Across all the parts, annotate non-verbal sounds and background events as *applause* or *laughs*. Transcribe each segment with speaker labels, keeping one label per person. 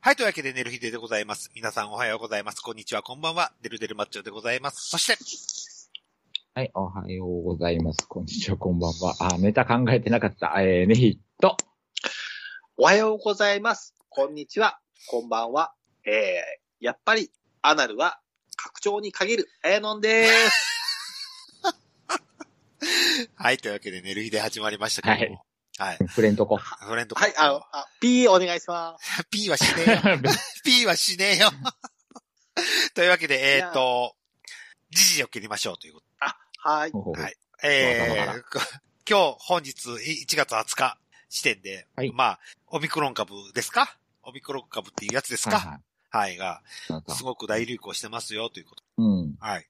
Speaker 1: はい、というわけで、寝る日ででございます。皆さんおはようございます。こんにちは、こんばんは。デルデルマッチョでございます。そして、
Speaker 2: はい、おはようございます。こんにちは、こんばんは。あ、ネタ考えてなかった。えー、ネヒと。
Speaker 3: おはようございます。こんにちは。こんばんは。えー、やっぱり、アナルは、拡張に限る、えーのんでーす。
Speaker 1: はい、というわけで、寝る日で始まりましたけども。はい。
Speaker 2: 触れんとこ。
Speaker 1: フレンド
Speaker 3: はい、あの、あ、P お願いします。
Speaker 1: P はしねえ *laughs* よ。P
Speaker 2: *laughs*
Speaker 1: はしねえよ。 *laughs* というわけで、えっ、ー、と、時事を切りましょうというこ
Speaker 3: はい。
Speaker 1: はい
Speaker 2: は
Speaker 1: と。え
Speaker 2: わざわ
Speaker 1: ー、こ今日、本日、い1月20日時点で、
Speaker 2: はい
Speaker 1: まあ、オミクロン株ですかオミクロン株っていうやつですか、はい、
Speaker 2: は
Speaker 1: が、
Speaker 2: い。なんか
Speaker 1: すごく大流行してますよということ。
Speaker 2: うん。
Speaker 1: はい。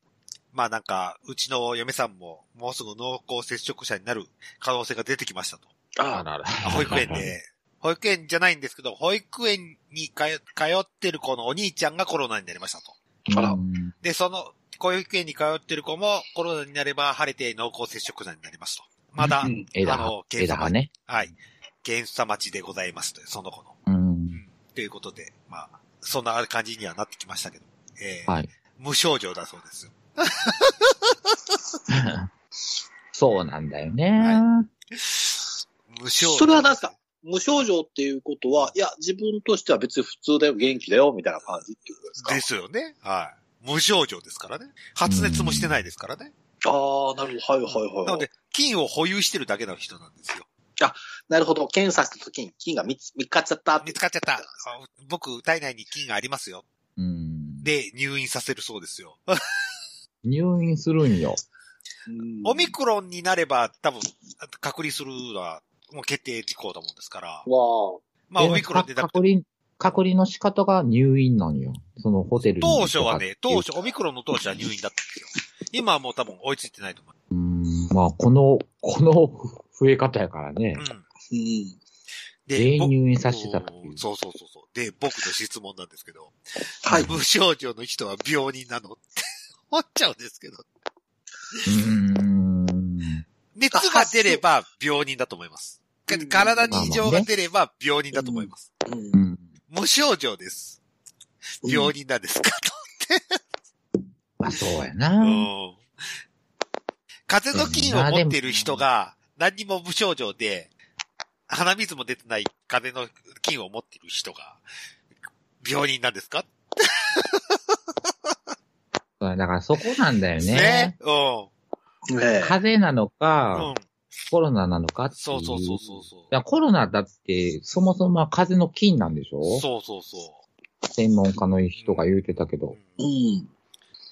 Speaker 1: まあなんか、うちの嫁さんも、もうすぐ濃厚接触者になる可能性が出てきましたと。
Speaker 2: あらあら。
Speaker 1: 保育園で、保育園じゃないんですけど、保育園に通通ってる子のお兄ちゃんがコロナになりましたと。
Speaker 3: あら
Speaker 2: うん
Speaker 1: で、その、保育園に通ってる子もコロナになれば晴れて濃厚接触者になりますと。まだ、
Speaker 3: うん
Speaker 1: あ
Speaker 2: 枝葉
Speaker 1: の、検
Speaker 2: 枝
Speaker 1: 査
Speaker 2: 葉
Speaker 1: 待ち、
Speaker 2: ね。
Speaker 1: はい。検査待ちでございますと、その子の。
Speaker 2: うん。
Speaker 1: ということで、まあ、そんな感じにはなってきましたけど、えー
Speaker 2: はい。 *laughs*
Speaker 1: 無症状だそうですよ。
Speaker 2: そうなんだよね。
Speaker 1: は無症状。
Speaker 3: それは何ですか無症状っていうことは、いや、自分としては別に普通だよ、元気だよ、みたいな感じっていうことですか
Speaker 1: ですよね。はい。無症状ですからね。発熱もしてないですからね。
Speaker 3: ああ、なるほど。はいはい
Speaker 1: な
Speaker 3: はい
Speaker 1: の
Speaker 3: はい。
Speaker 1: で、菌を保有してるだけの人なんですよ。
Speaker 3: なるほど。検査した時に菌が見つ見っかっちゃったって
Speaker 1: 見つかっちゃった。あ僕、体内に菌がありますよ。
Speaker 2: うん。
Speaker 1: で、入院させるそうですよ。
Speaker 2: 入院するんよ。
Speaker 3: うん
Speaker 1: オミクロンになれば、多分、隔離するのは、もう決定事項だもんですから。
Speaker 3: わ
Speaker 1: まあ、
Speaker 2: で
Speaker 1: オミクロンでな
Speaker 2: か
Speaker 1: くて、
Speaker 2: 隔離、隔離の仕方が入院なんよ。そのホテルに
Speaker 1: 当初はね、当初、オミ
Speaker 2: ク
Speaker 1: クロンの当初は入院だったんですよ。今はもう多分追いついてないと思う。
Speaker 2: ロン。うん。まあ、この、この増え方やからね
Speaker 1: う。ん。
Speaker 3: ーうん。
Speaker 2: 全員
Speaker 1: 僕
Speaker 2: 入院させてたっていう
Speaker 1: そうそうそうそう。で、僕の質問なんですけど、
Speaker 3: はい。
Speaker 1: 無症状の人は病人なのって *laughs* 思っちゃうんですけど、
Speaker 2: うん。
Speaker 1: 熱が出れば病人だと思います。か
Speaker 3: うん
Speaker 1: 体に異常が出れば病人だと思います。
Speaker 3: うん
Speaker 2: うん。
Speaker 1: 無症状です。病人なんですか
Speaker 2: まあ、そうや
Speaker 1: と。う
Speaker 2: な。
Speaker 1: ん風邪の菌を持ってる人が何にも無症状で、鼻水も出てない風邪の菌を持ってる人が病人なんですか
Speaker 2: そうやだからそこなんだよね
Speaker 1: ね。。うん。
Speaker 3: ねえ
Speaker 2: 風邪なの
Speaker 1: うん
Speaker 2: か、。コロナなのかっていう。
Speaker 1: そうそうそうそうそ
Speaker 2: いやコロナだって、そもそもは風邪の菌なんでしょ
Speaker 1: う。そうそうそ
Speaker 2: 専門家の人が言うてたけ
Speaker 1: う。う
Speaker 2: ど
Speaker 1: ん。
Speaker 3: うん。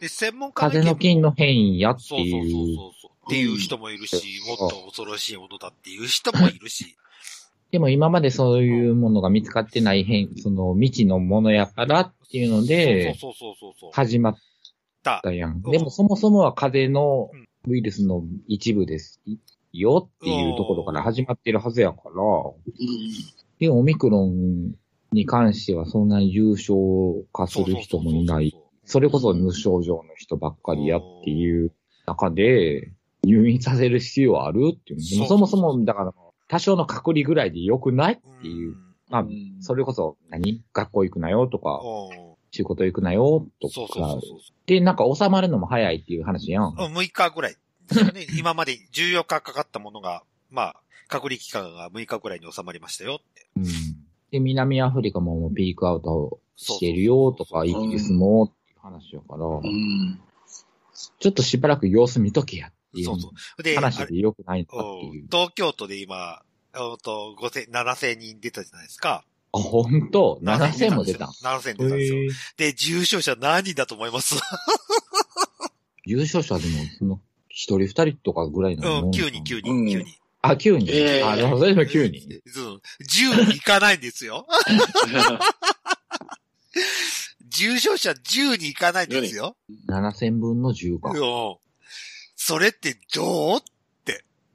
Speaker 1: で、専門家
Speaker 2: 風邪の菌の変異やって
Speaker 1: そうそうそう
Speaker 2: いう。
Speaker 1: そうそう。っていう人もいるし、もっと恐ろしいものだっていう人もいるし。
Speaker 2: でも今までそういうものが見つかってない変、その未知のものやからっていうので、
Speaker 1: そうそうそうそうそう。
Speaker 2: 始まっ
Speaker 1: だ
Speaker 2: たやん。
Speaker 1: うん
Speaker 2: でもそもそもは風邪の
Speaker 1: うん
Speaker 2: ウイルスの一部ですよっていうところから始まってるはずやから、
Speaker 3: うん
Speaker 2: で、オミクロンに関してはそんなに重症化する人もいない。それこそ無症状の人ばっかりやっていう中で、入院させる必要はあるっていう。でも
Speaker 1: そ
Speaker 2: そうもそも、だから、多少の隔離ぐらいで良くないっていう。
Speaker 1: ん
Speaker 2: まあ、それこそ何、学校行くなよとか、
Speaker 1: うん
Speaker 2: 仕事行くなよと
Speaker 1: そうそう
Speaker 2: か
Speaker 1: そう。そう。
Speaker 2: で、なんか収まるのも早いっていう話やん。
Speaker 1: うん6日ぐらいですよ
Speaker 2: *laughs*
Speaker 1: ね。今まで14日かかったものが、まあ、隔離期間が6日ぐらいに収まりましたよって。
Speaker 2: うんで、南アフリカももうピークアウトしてるよとか、
Speaker 1: そう
Speaker 2: イ
Speaker 1: そうそう
Speaker 2: ギリスもっていう話やから、
Speaker 3: うん。
Speaker 2: ちょっとしばらく様子見とけやっていう
Speaker 1: そうそう。で、あれ
Speaker 2: 話で良くないのかっ
Speaker 1: う
Speaker 2: てい
Speaker 1: ん
Speaker 2: う。
Speaker 1: 東京都で今、うんと、五千、七千人出たじゃないですか。
Speaker 2: あ、ほんと ?7000 も出たん。
Speaker 1: 七千出たんですよ。
Speaker 2: へー
Speaker 1: で、重症者何人だと思います
Speaker 2: 優勝者でも、その、一人二人とかぐらいうな
Speaker 1: *laughs*
Speaker 2: も
Speaker 1: ん、
Speaker 2: ん。
Speaker 1: 9人、9人、
Speaker 3: うん
Speaker 1: 9人。
Speaker 2: あ、9人。
Speaker 3: えー
Speaker 2: あ、でもそれでも9人。
Speaker 1: うん。10に行かないんですよ。重症者10に行かないんですよ。
Speaker 2: 7000分の10か。
Speaker 1: うん。それってどう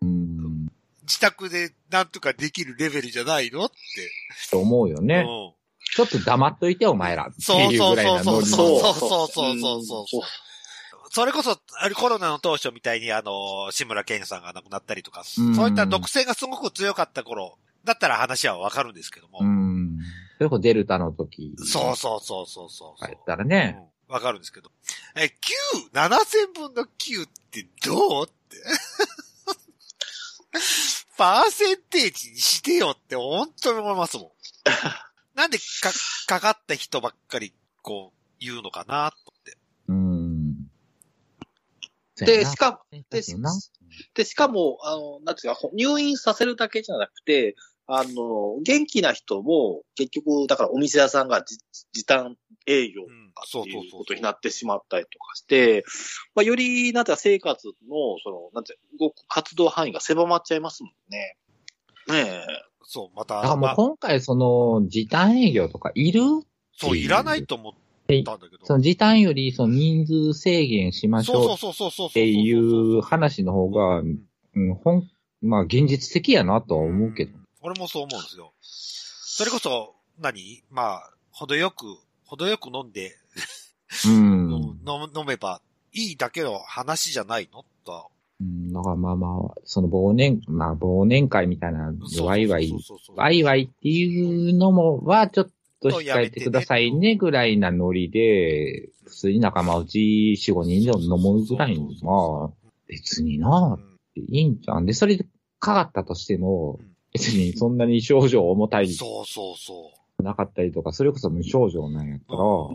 Speaker 2: うん。
Speaker 1: 自宅でなんとかできるレベルじゃないのって。
Speaker 2: と思うよね。
Speaker 1: うん。
Speaker 2: ちょっと黙っといて、お前ら。って
Speaker 1: そう
Speaker 2: い
Speaker 1: そうう
Speaker 2: ぐらい
Speaker 1: そう
Speaker 2: な
Speaker 1: そ
Speaker 2: ノ
Speaker 1: う
Speaker 2: リ
Speaker 1: そう
Speaker 2: の。
Speaker 1: そうそうそうそうそう
Speaker 3: そう
Speaker 1: それこそ、あれコロナの当初みたいにあの、志村けんさんが亡くなったりとか、
Speaker 2: うん
Speaker 1: そういった毒性がすごく強かった頃、だったら話はわかるんですけども、
Speaker 2: うん。それこそデルタの時。
Speaker 1: そうそうそうそうそう。
Speaker 2: やったらね。
Speaker 1: うんわかるんですけど。え、9、7000分の9ってどうって。 *laughs* パーセンテージにしてよって本当に思います
Speaker 3: *laughs*
Speaker 1: もん。なんでか、かかった人ばっかり、こう、言うのかな、と思って。
Speaker 2: うん。
Speaker 3: で、しかも、で、
Speaker 2: そうやな
Speaker 3: で、しかも、あの、なんていうか、ほ入院させるだけじゃなくて、あの、元気な人も、結局、だからお店屋さんがじ時短営業
Speaker 1: う
Speaker 3: と
Speaker 1: ん
Speaker 3: か
Speaker 1: そう
Speaker 3: って
Speaker 1: そうそう
Speaker 3: いうことになってしまったりとかして、まあ、より、なんていうか、生活の、その、なんていうか動く活動範囲が狭まっちゃいますもんね。ねえ。
Speaker 1: そう、また、
Speaker 2: だからも
Speaker 1: ま
Speaker 2: う
Speaker 1: あ
Speaker 2: 今回その時短営業とかいる
Speaker 1: そう、いらないと思ったんだけど。
Speaker 2: その時短よりその人数制限しましょう
Speaker 1: そ
Speaker 2: っ
Speaker 1: うそうそうそうそう。って
Speaker 2: いう話の方が、うん、本、まあ現実的やなとは思うけど。
Speaker 1: ん俺もそう思うんですよ。それこそ、何まあ、程よく、程よく飲んで、
Speaker 2: うん。
Speaker 1: うん飲飲めばいいだけの話じゃないのとは。
Speaker 2: うんだからまあまあ、その忘年、まあ忘年会みたいな
Speaker 1: そうそうそ、う
Speaker 2: ワイワイ、
Speaker 1: そうそう
Speaker 2: ワイワイっていうのもはちょっと控えてくださいねぐらいなノリで、普通に仲間うち4、5人でも飲むぐらいの、まあ、別に
Speaker 1: う
Speaker 2: な
Speaker 1: ん
Speaker 2: いいんじゃん。で、それで、かかったとしても
Speaker 1: うん、
Speaker 2: 別にそんなに症状重たい
Speaker 1: そうそうそ
Speaker 2: なかったりとか、それこそ無症状なんやったら、
Speaker 1: う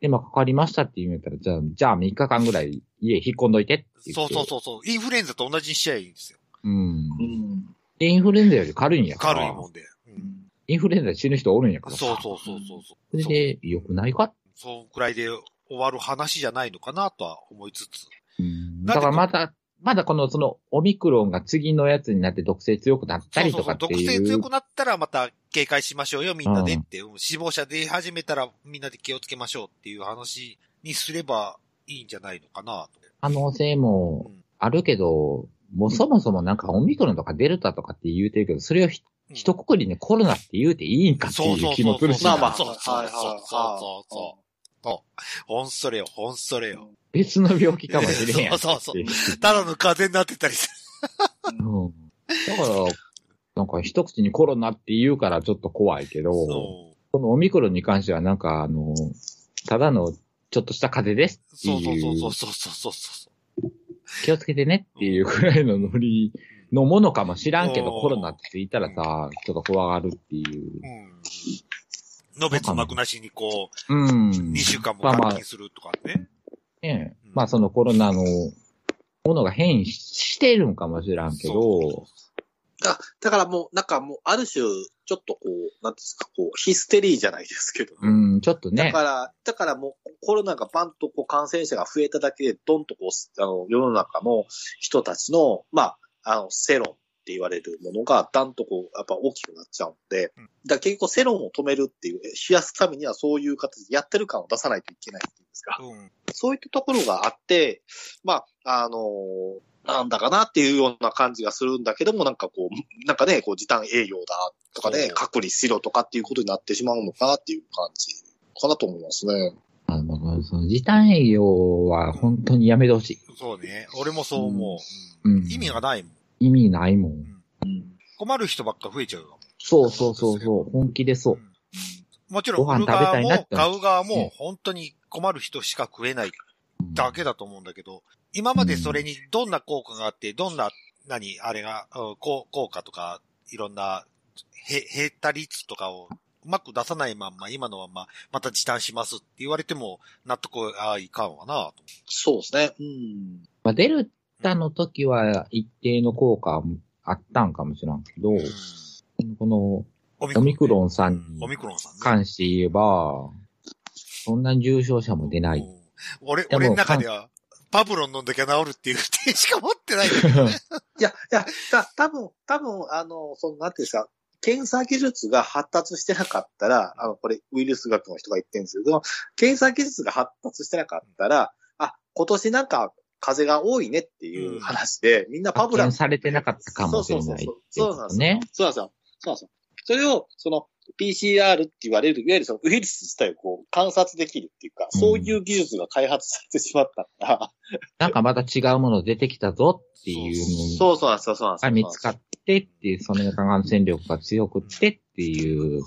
Speaker 2: 今かかりましたって言うんやったら、じゃあ、じゃあ3日間ぐらい家引っ込んどいてって
Speaker 1: う。
Speaker 2: 言
Speaker 1: そう
Speaker 2: って。
Speaker 1: そうそうそう。インフルエンザと同じにしちゃいいんですよ。
Speaker 2: う。うん。
Speaker 3: うん。
Speaker 2: でインフルエンザより軽いんやから。
Speaker 1: 軽いもんで。うん
Speaker 2: インフルエンザで死ぬ人おるんやから。
Speaker 1: そうそうそうそうそう。
Speaker 2: それで、良くないか
Speaker 1: そうそうくらいで終わる話じゃないのかなとは思いつつ。
Speaker 2: うん。
Speaker 1: だ
Speaker 2: だ
Speaker 1: って
Speaker 2: からまた、まだこの、その、オミクロンが次のやつになって毒性強くなったりとかって
Speaker 1: そうそう
Speaker 2: い
Speaker 1: そう
Speaker 2: う。
Speaker 1: 毒性強くなったらまた警戒しましょうよ、みんなでって。うん死亡者出始めたらみんなで気をつけましょうっていう話にすればいいんじゃないのかなと。
Speaker 2: 可能性も
Speaker 1: うん
Speaker 2: あるけど、もうそもそもなんかオミクロンとかデルタとかって言うてるけど、それをひ、
Speaker 1: うん
Speaker 2: 一括りにコロナって言うていいんかっていう気もするし
Speaker 1: そうそうそうそう
Speaker 2: な、
Speaker 3: まあまあ、
Speaker 1: そうそうそうそうそうそほんそれよ、ほんそれよ。
Speaker 2: 別の病気かもしれんやん。
Speaker 1: *laughs* そうそうそう
Speaker 2: そう。
Speaker 1: ただの風邪になってたりす
Speaker 2: ん、だから、なんか一口にコロナって言うからちょっと怖いけど、
Speaker 1: る。
Speaker 2: このオミクロンに関してはなんかあの、ただのちょっとした風邪ですって
Speaker 1: そうそう
Speaker 2: い
Speaker 1: そうう、そうそうそうそう。
Speaker 2: 気をつけてねっていうくらいのノリのものかもしらんけど、
Speaker 1: うん
Speaker 2: コロナって言ったらさ、ちょっと怖がるっていう
Speaker 1: う。ん。のべつ幕なしにこ
Speaker 2: うん。
Speaker 1: う、2週間も
Speaker 2: まあまあ
Speaker 1: 監禁するとかね。
Speaker 2: ね
Speaker 1: うん
Speaker 2: まあそのコロナのものが変異してるんかもしらんけど、
Speaker 3: だだからもう、なんかもう、ある種、ちょっとこう、なんていうんですか、こう、ヒステリーじゃないですけど。
Speaker 2: うん、ちょっと
Speaker 3: だ
Speaker 2: ね
Speaker 3: か、ら、だからもうコロナがバンとこう感染者が増えただけで、ドンとこう、あの、世の中の人たちの、まあ、あの、世論って言われるものが、ダンとこう、やっぱ大きくなっちゃうんで、
Speaker 1: うん
Speaker 3: だから結構世論を止めるっていう、冷やすためにはそういう形でやってる感を出さないといけないっていうんですか。
Speaker 1: うん。
Speaker 3: そういったところがあって、まあ、あのなんだかなっていうような感じがするんだけども、なんかこう、なんかね、こう時短営業だとかね
Speaker 1: そ、う
Speaker 3: 隔離しろとかっていうことになってしまうのかなっていう感じかなと思いますね。
Speaker 2: あのその時短営業は本当にやめてほしい。
Speaker 1: そうね。俺もそう思う。
Speaker 2: うん
Speaker 1: 意味がないもん。
Speaker 2: 意味ないもん。
Speaker 1: 困る人ばっか増えちゃうよ。
Speaker 2: そうそうそうそう、本気でそう
Speaker 1: うん。もちろん、
Speaker 2: ご
Speaker 1: 売
Speaker 2: 飯
Speaker 1: る
Speaker 2: 食べ
Speaker 1: 側
Speaker 2: たいな
Speaker 1: も
Speaker 2: って、
Speaker 1: 買う側
Speaker 2: うん
Speaker 1: も、本当に困る人しか食えない
Speaker 2: うん
Speaker 1: だけだと思うんだけど、今までそれにどんな効果があって、どんな、何、あれが、うんこう効果とか、いろんな、へ、減った率とかを、うまく出さないまんま、今のまんま、また時短しますって言われても、納得あいかんわなと。
Speaker 3: そうですね。うん。
Speaker 2: まあ、デルタの時は一定の効果もあったんかもしらんけど、このオミクロンさん
Speaker 1: オミ
Speaker 2: に
Speaker 1: クロンさんね。
Speaker 2: 関して言えば、そんなに重症者も出な
Speaker 1: う
Speaker 3: *laughs*
Speaker 2: い。
Speaker 1: ん。俺、
Speaker 2: でも
Speaker 1: 俺の中では、パブロン飲んだけ治るっていう不定しか持ってないんだけどね。
Speaker 3: いや、いや、だ多分多分あの、その、なんていうんですか、検査技術が発達してなかったら、あの、これ、ウイルス学の人が言ってるんですけど、検査技術が発達してなかったら、あ、今年なんか、風が多いねっていう話で、みんなパブ
Speaker 2: 発
Speaker 3: ラ
Speaker 2: 見されてなかったかもしれないって
Speaker 3: そう
Speaker 2: こ
Speaker 3: そうそうそうなん
Speaker 2: と
Speaker 3: ですよ
Speaker 2: ね。
Speaker 3: そうなんですよ。そうなんですよ。それを、その、PCR って言われる、いわゆるそのウイルス自体をこう観察できるっていうか、
Speaker 2: うん
Speaker 3: そういう技術が開発されてしまったから、
Speaker 2: なんかまた違うもの出てきたぞっていうの
Speaker 3: うそうなんですよ、そうなん
Speaker 2: が見つかってっていう、その感染力が強くってっていう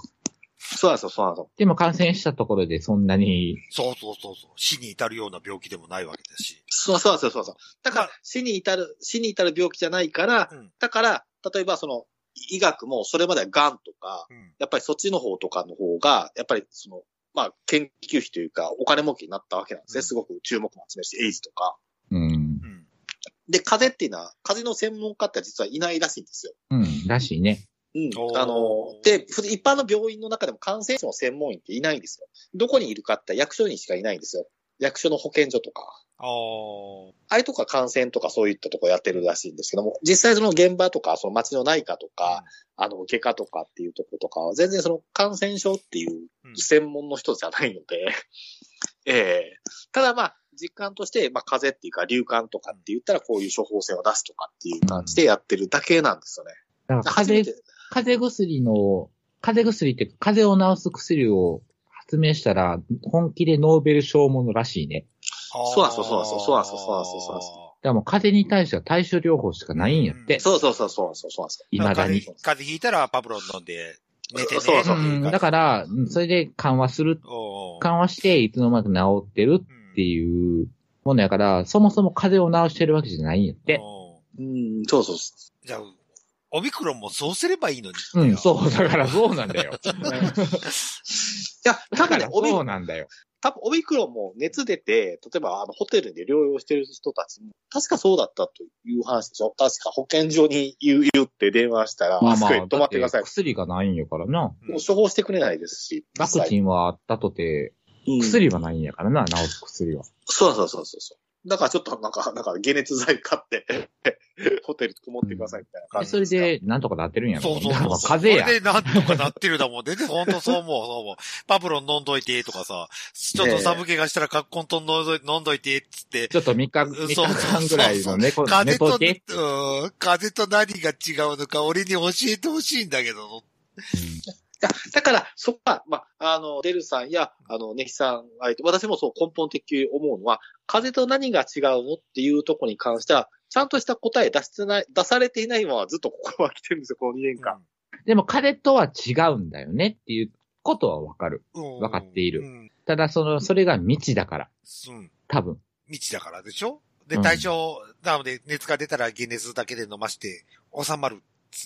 Speaker 3: そうなんですよ、そうなんですよ。
Speaker 2: でも感染したところでそんなに、
Speaker 1: そうそうそうそう。死に至るような病気でもないわけですし。
Speaker 3: そうそうそうそうそう。だから、死に至る、死に至る病気じゃないから、
Speaker 1: うん。
Speaker 3: だから、例えばその、医学もそれまでは癌とか、
Speaker 1: うん。
Speaker 3: やっぱりそっちの方とかの方が、やっぱりその、まあ、研究費というか、お金儲けになったわけなんで
Speaker 1: う
Speaker 3: す
Speaker 1: ん
Speaker 3: ね。すごく注目も集めるし、エイズとか。
Speaker 2: うん。
Speaker 1: うん。
Speaker 3: で、風邪っていうのは、風邪の専門家って実はいないらしいんですよ。
Speaker 2: うん。らしいね。
Speaker 3: う
Speaker 1: お
Speaker 3: ん。
Speaker 1: ー
Speaker 3: あの、で、ふ一般の病院の中でも感染症の専門医っていないんですよ。どこにいるかって役所にしかいないんですよ。役所の保健所とか。
Speaker 1: あー
Speaker 3: あれとか感染とかそういったとこやってるらしいんですけども、実際その現場とか、その町の内科とか、あの、外科とかっていうとことかは、全然その感染症っていう
Speaker 1: うん
Speaker 3: 専門の人じゃないので、 *laughs* ええただまあ、実感として、まあ、風邪っていうか、流感とかって言ったら、こういう処方箋を出すとかっていう感じでやってるだけなんですよね。
Speaker 2: だから
Speaker 3: 初
Speaker 2: 風
Speaker 3: め
Speaker 2: 邪
Speaker 3: て、
Speaker 2: 風邪薬の、風邪薬っていうか風邪を治す薬を発明したら、本気でノーベル賞ものらしいね。
Speaker 1: あー。
Speaker 3: そうなんですよそうなんですよそうなんですよそうなんですよそうなんですよ
Speaker 2: だからもう風邪に対しては対処療法しかないんやって。
Speaker 3: そうそうそうそうそうそうなんですよ。
Speaker 2: 未だに。
Speaker 1: 風風邪ひいたらパブロン飲んで、寝てね。
Speaker 3: そうそう
Speaker 2: う
Speaker 3: そ
Speaker 2: んだから、うんそれで緩和する、
Speaker 1: ら、おー
Speaker 2: 緩和して、いつの間にか治ってるっていうものやから、そもそも風邪を治してるわけじゃないんやっ
Speaker 1: う
Speaker 2: て
Speaker 1: ん。お
Speaker 3: うん、そうそうそ
Speaker 1: ーじゃあ、オミクロンもそうすればいいのに。
Speaker 2: うん、そう、だからそうなんだよ。
Speaker 3: う。いや、
Speaker 2: だ
Speaker 3: 多
Speaker 2: か
Speaker 3: 分ね
Speaker 2: ら、
Speaker 3: オミ
Speaker 2: そうなんだよ。
Speaker 3: 多分オミクロンも熱出て、例えばあのホテルで療養してる人たちも、確かそうだったという話でしょ確か保健所に言う言うって電話したら、あそこへ泊まってください
Speaker 2: だっ。薬がないんやからな。
Speaker 1: うん
Speaker 3: 処方してくれないですし。
Speaker 2: ワクチンはあったとて、
Speaker 3: ン
Speaker 2: 薬はないんやからな、治す薬は。
Speaker 3: そうそうそうそうそう。だからちょっとなんか、なんか解熱剤買って、 *laughs* ホテル泊まってくださいみたいな感
Speaker 2: で
Speaker 3: じ
Speaker 2: それで、なんとかなってるんやろ。
Speaker 1: そうそう
Speaker 2: だか
Speaker 1: そ
Speaker 2: ら
Speaker 1: う。
Speaker 2: 風邪や
Speaker 1: こ。れでなんとかなってるだもん。全然ほんとそう思う、そう思う。パブロン飲んどいて、とかさ、ちょっと寒気がしたらカッコントン飲んどい飲んどいて、つって。
Speaker 2: ちょっと3日、
Speaker 1: そう
Speaker 2: 3日間ぐらいの猫、
Speaker 1: 風
Speaker 2: 猫
Speaker 1: と、
Speaker 2: でって。
Speaker 1: うん、風と何が違うのか俺に教えてほしいんだけど。
Speaker 3: だだから、そこは、まあ、あの、デルさんや、あの、ネヒさん、あえて私もそう根本的に思うのは、風邪と何が違うのっていうとこに関しては、ちゃんとした答え出してない、出されていないままずっとここは来てるんですよ、この2年間。
Speaker 2: うんでも風とは違うんだよねっていうことはわかる。
Speaker 1: わ
Speaker 2: わかっている
Speaker 1: うん。
Speaker 2: ただ、その、それが未知だから。
Speaker 1: うん
Speaker 2: 多分。
Speaker 1: 道だからでしょで、
Speaker 2: うん
Speaker 1: 対象、なので、熱が出たら解熱だけで飲まして、収まる。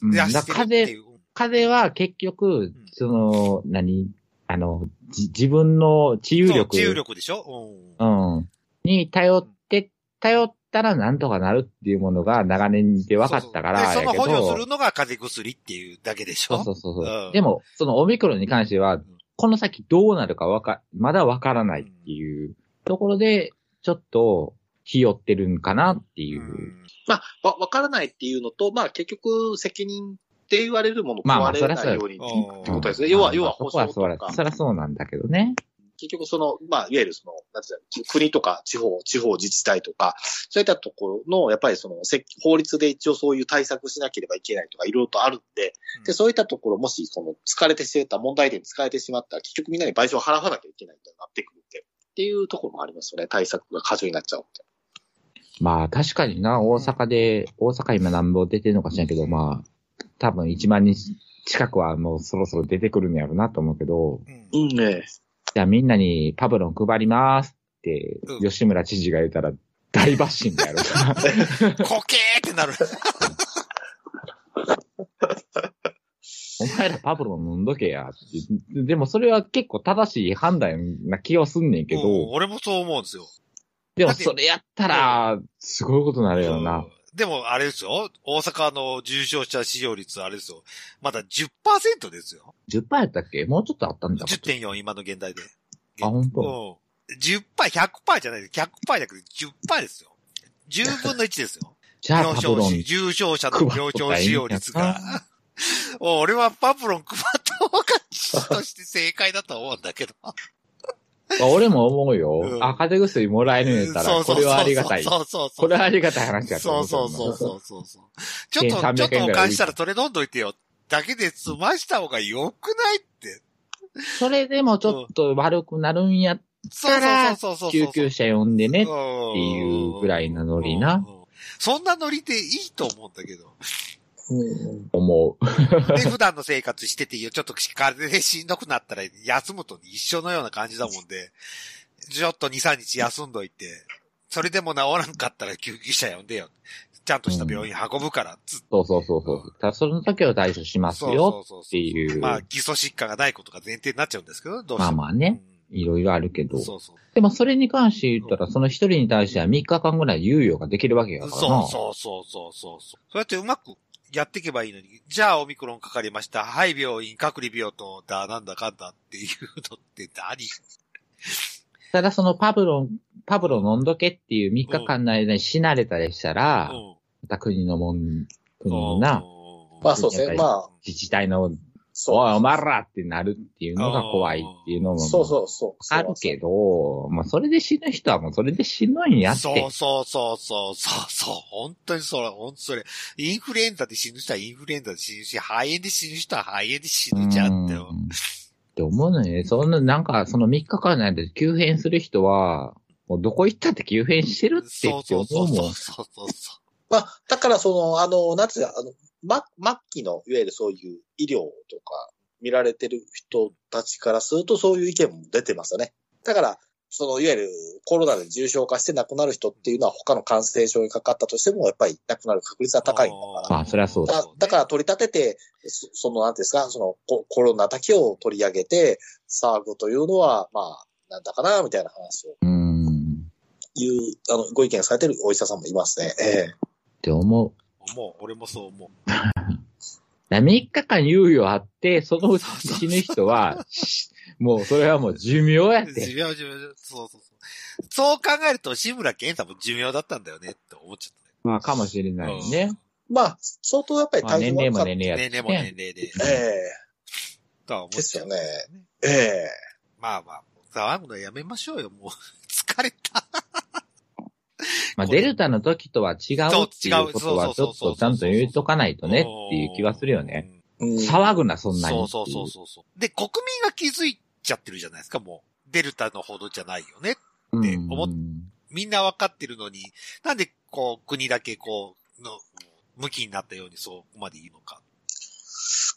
Speaker 2: うん
Speaker 1: 出してるっていう。
Speaker 2: 風邪は結局、その、何あの、じ自分の治癒力。
Speaker 1: そう治癒力でしょうん。
Speaker 2: うん。に頼って、頼ったらなんとかなるっていうものが長年で分かったからや
Speaker 1: そ
Speaker 2: け
Speaker 1: う
Speaker 2: ど。
Speaker 1: そうでその補助するのが風邪薬っていうだけでしょ
Speaker 2: そうそうそうそう
Speaker 1: うん
Speaker 2: でも、そのオミクロンに関しては
Speaker 1: ん、
Speaker 2: この先どうなるかわか、まだわからないっていうところで、ちょっと、ひよってるんかなっていうう。
Speaker 1: ん
Speaker 3: まあ、わ、わからないっていうのと、まあ、結局、責任って言われるもの
Speaker 2: まあまあ
Speaker 3: 問われないようにっていう
Speaker 1: そりゃそうよ
Speaker 3: ってことですね。
Speaker 2: うん
Speaker 3: 要は、要は、
Speaker 2: そ
Speaker 3: 保
Speaker 2: こは
Speaker 3: 障と
Speaker 2: そうだ
Speaker 3: か。
Speaker 2: そりゃそうなんだけどね。
Speaker 3: 結局その、まあ、いわゆるその、なんていうの国とか地方、地方自治体とか、そういったところの、やっぱりその、せ法律で一応そういう対策しなければいけないとか、いろいろとあるんで、
Speaker 1: う
Speaker 3: で、
Speaker 1: ん
Speaker 3: そういったところ、もし、その、疲れてしまった、問題点に疲れてしまったら、結局みんなに賠償を払わなきゃいけないみたいになってくるって、っていうところもありますよね。対策が過剰になっちゃうって。
Speaker 2: まあ確かにな、大阪で、大阪今何本出てるのか知らんけど、まあ、多分1万人近くはもうそろそろ出てくるのやろなと思うけど、
Speaker 1: うん
Speaker 3: んね。
Speaker 2: じゃあみんなにパブロン配りますって
Speaker 1: う、ん
Speaker 2: 吉村知事が言ったら大バッシングやろうな。 *laughs*
Speaker 1: こけーってなる。
Speaker 2: お前らパブロン飲んどけやって。でもそれは結構正しい判断な気はすんねんけ
Speaker 1: うん
Speaker 2: ど、
Speaker 1: 俺もそう思うんですよ。
Speaker 2: で
Speaker 1: だ
Speaker 2: も
Speaker 1: って
Speaker 2: それやったら、すごいことになるよな
Speaker 1: うん。でも、あれですよ。大阪の重症者使用率、あれですよ。まだ10%ですよ。
Speaker 2: 10%やったっけもうちょっとあったんだ。
Speaker 1: 10.4、今の現代で。
Speaker 2: あ本当
Speaker 1: うん。10%、100%じゃないです。100%じゃなくて10%ですよ。10分の1ですよ。
Speaker 2: *laughs* じゃあ
Speaker 1: 病
Speaker 2: パブ
Speaker 1: 床
Speaker 2: ロ
Speaker 1: 使
Speaker 2: ン、
Speaker 1: 重症者の病床使用率
Speaker 2: 配っ
Speaker 1: が
Speaker 2: とったらいいんや。
Speaker 1: お俺はパブロン配った方が、として正解だと思うんだけど。
Speaker 2: まあ俺も思うよ。
Speaker 1: うん
Speaker 2: *laughs* あ、風邪薬もらえるんやったら、これはありがたい。
Speaker 1: そうそうそう。
Speaker 2: これはありがたい話やと
Speaker 1: そ
Speaker 2: 思
Speaker 1: うそうそう
Speaker 2: う。
Speaker 1: そうそうそう。ちょっと、
Speaker 2: 1300
Speaker 1: ちょっと
Speaker 2: 円
Speaker 1: お
Speaker 2: ぐらい
Speaker 1: 返したらそれ飲んどいてよ。だけで済ました方が良くないって。
Speaker 2: それでもちょっと悪くなるんや、
Speaker 1: そうそうそうそうそう。
Speaker 2: 救急車呼んでねっ
Speaker 1: って
Speaker 2: いうぐらいなノリな。
Speaker 1: そんなノリでいいと思うんだけど。
Speaker 3: うん。
Speaker 2: 思う。
Speaker 1: で、普段の生活してていいよ。ちょっと風でしんどくなったら休むと一緒のような感じだもんで、ちょっと2、3日休んどいて、それでも治らんかったら救急車呼んでよ。ちゃんとした病院運ぶから、つって
Speaker 2: そうそうそうそう。ただその時は対処しますよ
Speaker 1: そう
Speaker 2: っていう
Speaker 1: まあ、基礎疾患がないことが前提になっちゃうんですけど、どうしても。
Speaker 2: まあまあね。いろいろあるけ
Speaker 1: う
Speaker 2: ど
Speaker 1: ん。。そうそう。
Speaker 2: でもそれに関して言ったら、その一人に対しては3日間ぐらい猶予ができるわけやからな。
Speaker 1: そうそうそうそうそう。そうやってうまくやっていけばいいのに、じゃあオミクロンかかりました。はい、病院、隔離病棟だ、なんだかんだっていうのって何
Speaker 2: ただそのパブロン、パブロン飲んどけっていう3日間の間に死なれたりしたら、また国のもん、国のな、
Speaker 1: うん
Speaker 3: まあそうですね。まあ、
Speaker 2: 自治体の、
Speaker 3: そう。
Speaker 2: おい、お前らってなるっていうのが怖いっていうのも、
Speaker 3: そうそうそう。
Speaker 2: あるけど、まあそれで死ぬ人はもうそれで死ぬんやって。
Speaker 1: そうそうそうそうそうそう。本当にそれ、本当それ。インフルエンザで死ぬ人はインフルエンザで死ぬし、肺炎で死ぬ人は肺炎で死ぬじゃんって。
Speaker 2: うんって思うのよね。その、なんか、その3日間の間で急変する人は、もうどこ行ったって急変してるって
Speaker 1: そう
Speaker 2: って
Speaker 1: そ
Speaker 2: 思
Speaker 1: うそう
Speaker 2: うも
Speaker 1: そ
Speaker 2: ん
Speaker 1: う。そうそうそ
Speaker 3: まあ、だからその、あの、なんつうのあの、ま、末期の、いわゆるそういう医療とか、見られてる人たちからすると、そういう意見も出てますよね。だから、その、いわゆるコロナで重症化して亡くなる人っていうのは、他の感染症にかかったとしても、やっぱり亡くなる確率は
Speaker 1: う。
Speaker 3: 高いんだから。
Speaker 2: まあそりゃそう
Speaker 3: だからだから取り立てて、そその、なんていうんですか、そのコ、コロナだけを取り上げて、騒ぐというのは、まあ、なんだかな、みたいな話を
Speaker 2: うん。
Speaker 3: 言う、あの、ご意見されてるお医者さんもいますね。ええ。
Speaker 2: って思う。
Speaker 1: もう、俺もそう思う。
Speaker 2: だから3日間猶予あって、そのうち死ぬ人は、し *laughs* もうそれはもう寿命やっ
Speaker 1: *laughs* 寿
Speaker 2: て。
Speaker 1: 命、寿命、そうそうそう。そう考えると、志村けんさんも寿命だったんだよねって思っちゃっ
Speaker 2: まあかもしれないよね。
Speaker 3: まあ、相当やっぱり
Speaker 2: まあ年齢
Speaker 3: 悪か
Speaker 2: も
Speaker 3: った
Speaker 2: 年齢
Speaker 1: た
Speaker 2: や
Speaker 1: ね。年
Speaker 2: っ
Speaker 1: 齢
Speaker 2: て、
Speaker 1: も年齢で。
Speaker 3: え
Speaker 1: とは思っ
Speaker 3: え
Speaker 1: ちゃう。
Speaker 3: ですよ。ええ
Speaker 1: まあまあ、騒ぐのやめましょうよ、もう。疲れた。
Speaker 2: まあデルタの時とは違
Speaker 1: そうう
Speaker 2: っていうことはち
Speaker 1: 違
Speaker 2: ょ
Speaker 1: う
Speaker 2: っとちゃんと言うとかないとねっていう気はするよね。
Speaker 3: うん
Speaker 2: 騒ぐな、そんなにってい。
Speaker 1: そううそうそうそうそう。で、国民が気づいちゃってるじゃないですか、もう。デルタのほどじゃないよね。
Speaker 2: う
Speaker 1: って思っ
Speaker 2: ん
Speaker 1: みんなわかってるのに、なんで、こう、国だけ、こう、の、向きになったようにそこまで言うのか。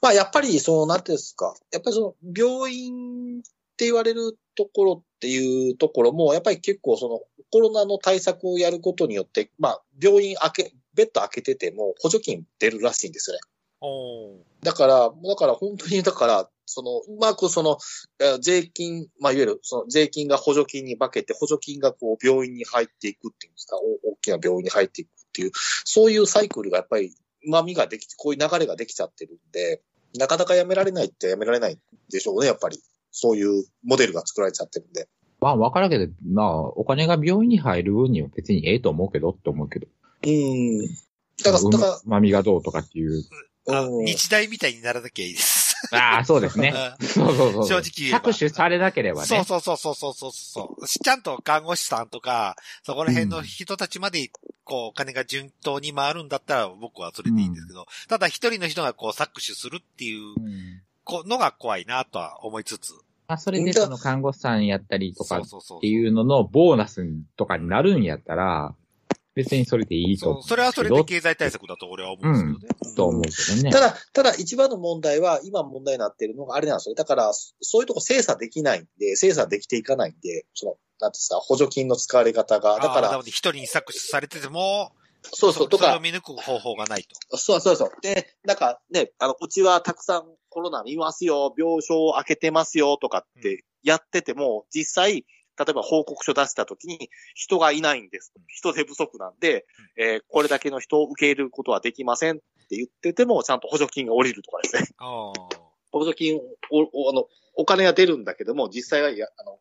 Speaker 3: まあ、やっぱり、その、なんていうんですか。やっぱりその、病院って言われるところっていうところも、やっぱり結構その、コロナの対策をやることによって、まあ、病院開け、ベッド開けてても補助金出るらしいんですよね。
Speaker 1: おー。
Speaker 3: だから、だから本当に、だから、その、うまくその、えー税金、まあ、いわゆる、その、税金が補助金に化けて、補助金がこう、病院に入っていくっていうんですか、お大きな病院に入っていくっていう、そういうサイクルがやっぱり、まみができて、こういう流れができちゃってるんで、なかなかやめられないってやめられないんでしょうね、やっぱり。そういうモデルが作られちゃってるんで。
Speaker 2: まあ、わからんけど、まあ、お金が病院に入る分には別にええと思うけどって思うけど。
Speaker 3: うん。だから、だか
Speaker 2: うまみがどうとかっていう。
Speaker 3: ら、
Speaker 1: あ
Speaker 3: うん、
Speaker 1: 日大みたいにならなきゃいいです。
Speaker 2: ああ、そうですね。そうそうそう。
Speaker 1: 正直言えば
Speaker 2: 搾取されなければね。
Speaker 1: そうそうそうそうそうそうそう。ちゃんと看護師さんとか、そこら辺の人たちまで、こう、お金が順当に回るんだったら、僕はそれでいいんですけど、ただ一人の人がこう、搾取するっていう
Speaker 2: うん
Speaker 1: このが怖いなとは思いつつ。
Speaker 2: まあ、それでその看護師さんやったりと
Speaker 1: そ
Speaker 2: か
Speaker 1: う
Speaker 2: っ
Speaker 1: そうそう。
Speaker 2: ていうののボーナスとかになるんやったら、別にそれでいいと
Speaker 1: そ
Speaker 2: 思
Speaker 1: う
Speaker 2: う。
Speaker 1: それはそれで経済対策だと俺は思うんですけどね。
Speaker 2: と思うけどね。
Speaker 3: ただ、ただ一番の問題は、今問題になっているのがあれなんですよね。だから、そそういうとこ精査できないんで、精査できていかないんで、その、なんていうんですか、補助金の使われ方が。だ
Speaker 1: だ
Speaker 3: か
Speaker 1: から、な
Speaker 3: ら
Speaker 1: の、で一人に搾取されてても、
Speaker 3: そうそう、と
Speaker 1: それを
Speaker 3: か、
Speaker 1: 見抜く方法がないと。
Speaker 3: そうそうそう。で、なんかね、あの、うちはたくさんコロナ見ますよ、病床を空けてますよ、とかってやってても、実際、例えば報告書出した時に、人がいないんです。人手不足なんで、えーこれだけの人を受け入れることはできませんって言ってても、ちゃんと補助金が降りるとかですね。
Speaker 1: あ
Speaker 3: 補助金おおあの、お金が出るんだけども、実際はいやあの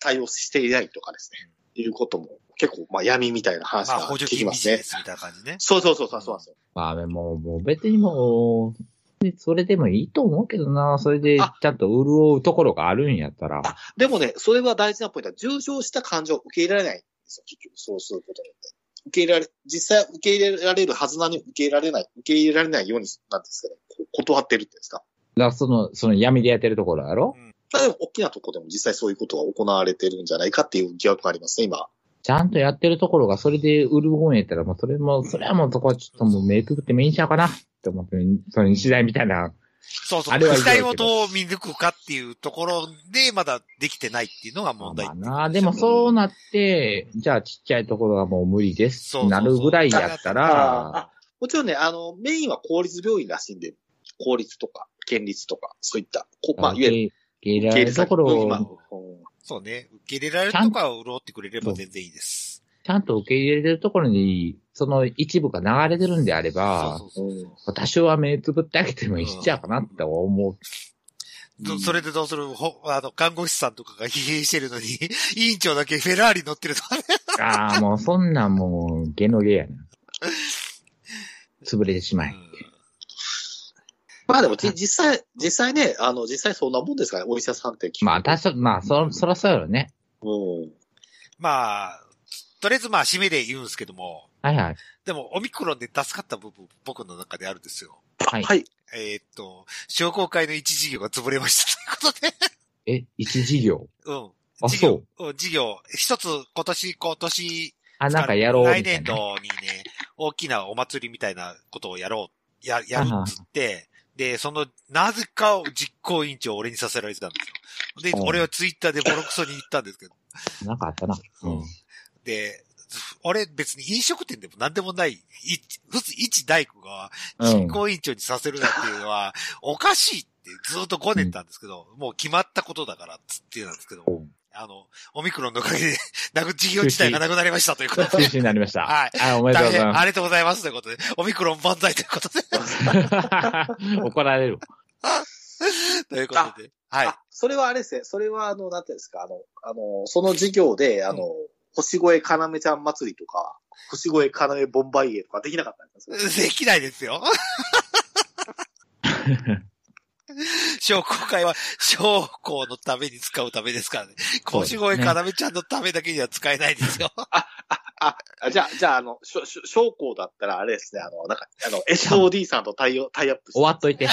Speaker 3: 対応していないとかですね。いうことも結構、まあ、闇みたいな
Speaker 1: あ。
Speaker 3: 話
Speaker 1: まあ、
Speaker 3: が
Speaker 1: 補助
Speaker 3: 聞き
Speaker 1: 金
Speaker 3: ま
Speaker 1: ビ
Speaker 3: す
Speaker 1: ジ
Speaker 3: ね。
Speaker 1: ネスみたいな感じね。
Speaker 3: そうそうそうそうそうなんですよ。
Speaker 2: まあ、でも、もう別にもう、それでもいいと思うけどな。それで、ち
Speaker 3: あ
Speaker 2: ゃんと潤うところがあるんやったら。
Speaker 3: でもね、それは大事なポイントは、重症した患者を受け入れられないんですよ。結局、そうすることによって。受け入れられ、実際受け入れられるはずなのに受け入れられない、受け入れられないように、なんですかね、こう断ってるっていうんですか。
Speaker 2: だからその、その闇でやってるところやろ、
Speaker 1: うん
Speaker 3: 例えば、大きなとこでも実際そういうことが行われてるんじゃないかっていう疑惑がありますね、今。
Speaker 2: ちゃんとやってるところがそれで売る本やったら、もうそれも、それはもうそこはちょっともう目くぐってもいいんちゃうかな。って思って、その日大みたいな、
Speaker 1: そうそう。
Speaker 2: あれは
Speaker 1: 時
Speaker 2: ひどいけ
Speaker 1: 代
Speaker 2: ど
Speaker 1: をどう見抜くかっていうところで、まだできてないっていうのが問題
Speaker 2: まあな、でもそうなって、じゃあちっちゃいところはもう無理ですってなるぐらいやった
Speaker 3: あ
Speaker 2: ら、
Speaker 3: あ、もちろんね、あの、メインは公立病院らしいんで、公立とか、県立とか、そういった、こまあ、いわゆる、
Speaker 2: 受け入れられるところ
Speaker 3: 経済まあ
Speaker 2: を、
Speaker 3: うん
Speaker 1: そうね。受け入れられるとかを潤ってくれれば全然いいです。
Speaker 2: ちゃんと受け入れてるところに、その一部が流れてるんであれば
Speaker 1: そ、うそう
Speaker 3: うん
Speaker 2: 多少は目つぶってあげてもいいんちゃうかなって思
Speaker 1: *laughs*
Speaker 2: う。
Speaker 1: どそれでどうするほあの、看護師さんとかが疲弊してるのに、委員長だけフェラーリ乗ってるとかね。
Speaker 2: ああ、もうそんなんもう、ゲのゲやな。潰れてしまい。
Speaker 3: まあでも、じ実際、実際ね、あの、実際そんなもんですからね、お医者さんって聞く
Speaker 2: まあ、たしまあ、そ、そらそうやろね。
Speaker 3: うん。
Speaker 1: まあ、とりあえずまあ、締めで言うんですけども、
Speaker 2: はいはい。
Speaker 1: でも、オミクロンで助かった部分、僕の中であるんですよ。
Speaker 2: はい。
Speaker 3: はい。
Speaker 1: えーっと、商工会の一事業が潰れましたということで。
Speaker 2: え、一事業
Speaker 1: *laughs* うん。
Speaker 2: あ、
Speaker 1: 事業
Speaker 2: そう。
Speaker 1: うん、事業、一つ今年、今年、
Speaker 2: あ、なんかやろう
Speaker 1: 来
Speaker 2: みた
Speaker 1: 年
Speaker 2: いな。
Speaker 1: 度にね、大きなお祭りみたいなことをやろう、や、やるっつって、で、その、なぜかを実行委員長を俺にさせられてたんですよ。で、
Speaker 2: うん
Speaker 1: 俺はツイッターでボロクソに言ったんですけど、
Speaker 2: なんかあったな。うん。
Speaker 1: で、俺別に飲食店でも何でもない、い普通一大工が
Speaker 2: うん
Speaker 1: 実行委員長にさせるなんていうのは、 *laughs* おかしいってずっと5年たんですけど、もう決まったことだからっつってなんですけど、
Speaker 2: うん
Speaker 1: あの、オミクロンのおかげで、なく、事業自体がなくなりましたということ
Speaker 2: *laughs* 中 *laughs*
Speaker 1: で。
Speaker 2: 止になりました。
Speaker 1: はい。
Speaker 2: あ、おめでと
Speaker 1: 大
Speaker 2: うござ
Speaker 1: 変
Speaker 2: いま
Speaker 1: ありがとうございますということで、オミクロン万歳ということで、 *laughs*
Speaker 2: す。 *laughs* 怒られる。
Speaker 1: ということで。はい。
Speaker 3: あ、それはあれですね。それは、あの、なんていうんですか、あの、あの、その授業で、あの、星越えかなめちゃん祭りとか、星越えかなめボンバイエとかできなかったんですよ。
Speaker 1: できないですよ。 *laughs* 商工会は商工のために使うためですからね。腰越かなめちゃんのためだけには使えないですよ。
Speaker 3: あじゃあ、じゃあ、あの、しょしょ将校だったら、あれですね、あの、なんか、あの、SOD さんとタイオタイアップして。
Speaker 2: 終わっといて。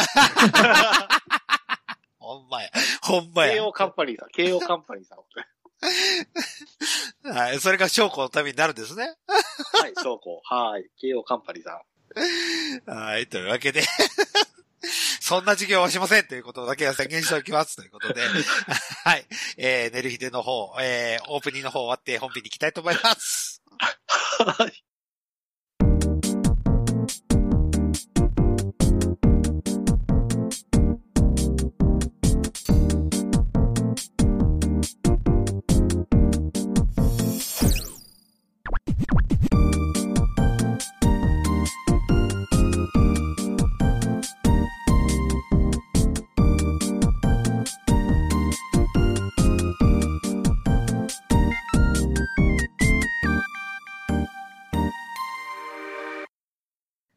Speaker 1: *laughs* ほんまや。ほんま
Speaker 3: 慶
Speaker 1: や。
Speaker 3: 応カンパニーさ
Speaker 2: *laughs*
Speaker 3: ん、慶応カンパニーさん。は
Speaker 1: はい。それが商工のためになるんですね。
Speaker 3: い、将校。はい、慶応カンパニーさん。
Speaker 1: はい。というわけで。 *laughs* そんな授業はしませんということだけは宣言しておきますということで。はい。えー、寝る日での方、えー、オープニングの方終わって本編に行きたいと思います。
Speaker 3: はい。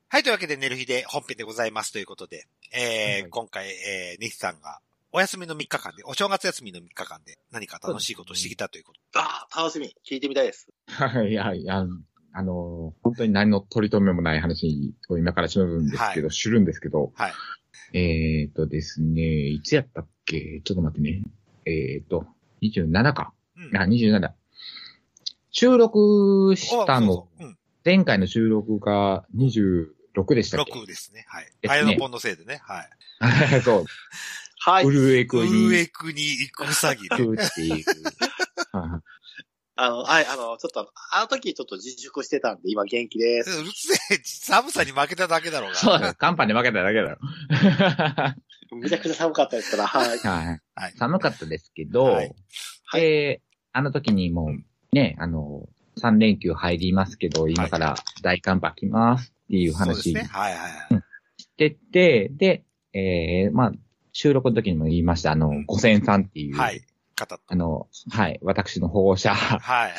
Speaker 1: はい、というわけで、寝る日で本編でございますということで、えー
Speaker 2: はい
Speaker 1: 今回、えー、ネヒさんが、お休みの3日間で、お正月休みの3日間で、何か楽しいことをしてきたということ。
Speaker 3: ああ、楽しみ。聞いてみたいです。
Speaker 2: はい、や、いや、あの、本当に何の取り留めもない話を今からしのぶんですけど、知るんですけど、
Speaker 1: はい。
Speaker 2: えっ、ー、とですね、いつやったっけちょっと待ってね。えっ、ー、と、27か。
Speaker 1: うん。
Speaker 2: あ、27。収録した
Speaker 1: お
Speaker 2: の、
Speaker 1: そうそううん。
Speaker 2: 前回の収録が26でしたっ
Speaker 1: 6ですね。はい。
Speaker 2: ですね
Speaker 1: あやのポンのせいでね。はい。
Speaker 2: け *laughs* そう。
Speaker 3: はい。
Speaker 2: うるえく
Speaker 1: う
Speaker 2: に
Speaker 1: えくに行くうさぎ
Speaker 2: 行
Speaker 1: ね。
Speaker 2: くっ
Speaker 1: *laughs*
Speaker 2: ていう。はいはい
Speaker 3: あの、はい、あの、ちょっとあの、あの時ちょっと自粛してたんで、今元気で
Speaker 1: う
Speaker 3: す。
Speaker 1: るせえ、寒さに負けただけだろうが。
Speaker 2: そうだよ。カンパに負けただけだよ。
Speaker 3: めちゃくちゃ寒かったですから、
Speaker 2: *laughs*
Speaker 3: はい。
Speaker 2: *laughs* はい
Speaker 1: はい。
Speaker 2: 寒かったですけど、
Speaker 1: はい
Speaker 3: はい
Speaker 2: で、あの時にもう、ね、あの、3連休入りますけど、今から大寒波来ますっていう
Speaker 1: そうです
Speaker 2: 話
Speaker 1: ね。
Speaker 2: し
Speaker 1: はいはいはい。
Speaker 2: てて、でえーまあ、収録の時にも言いました、あの、
Speaker 1: うん
Speaker 2: 五千さんっていう、
Speaker 1: はい。語っ
Speaker 2: あの、はい、私の保護者、 *laughs*
Speaker 1: た。はい。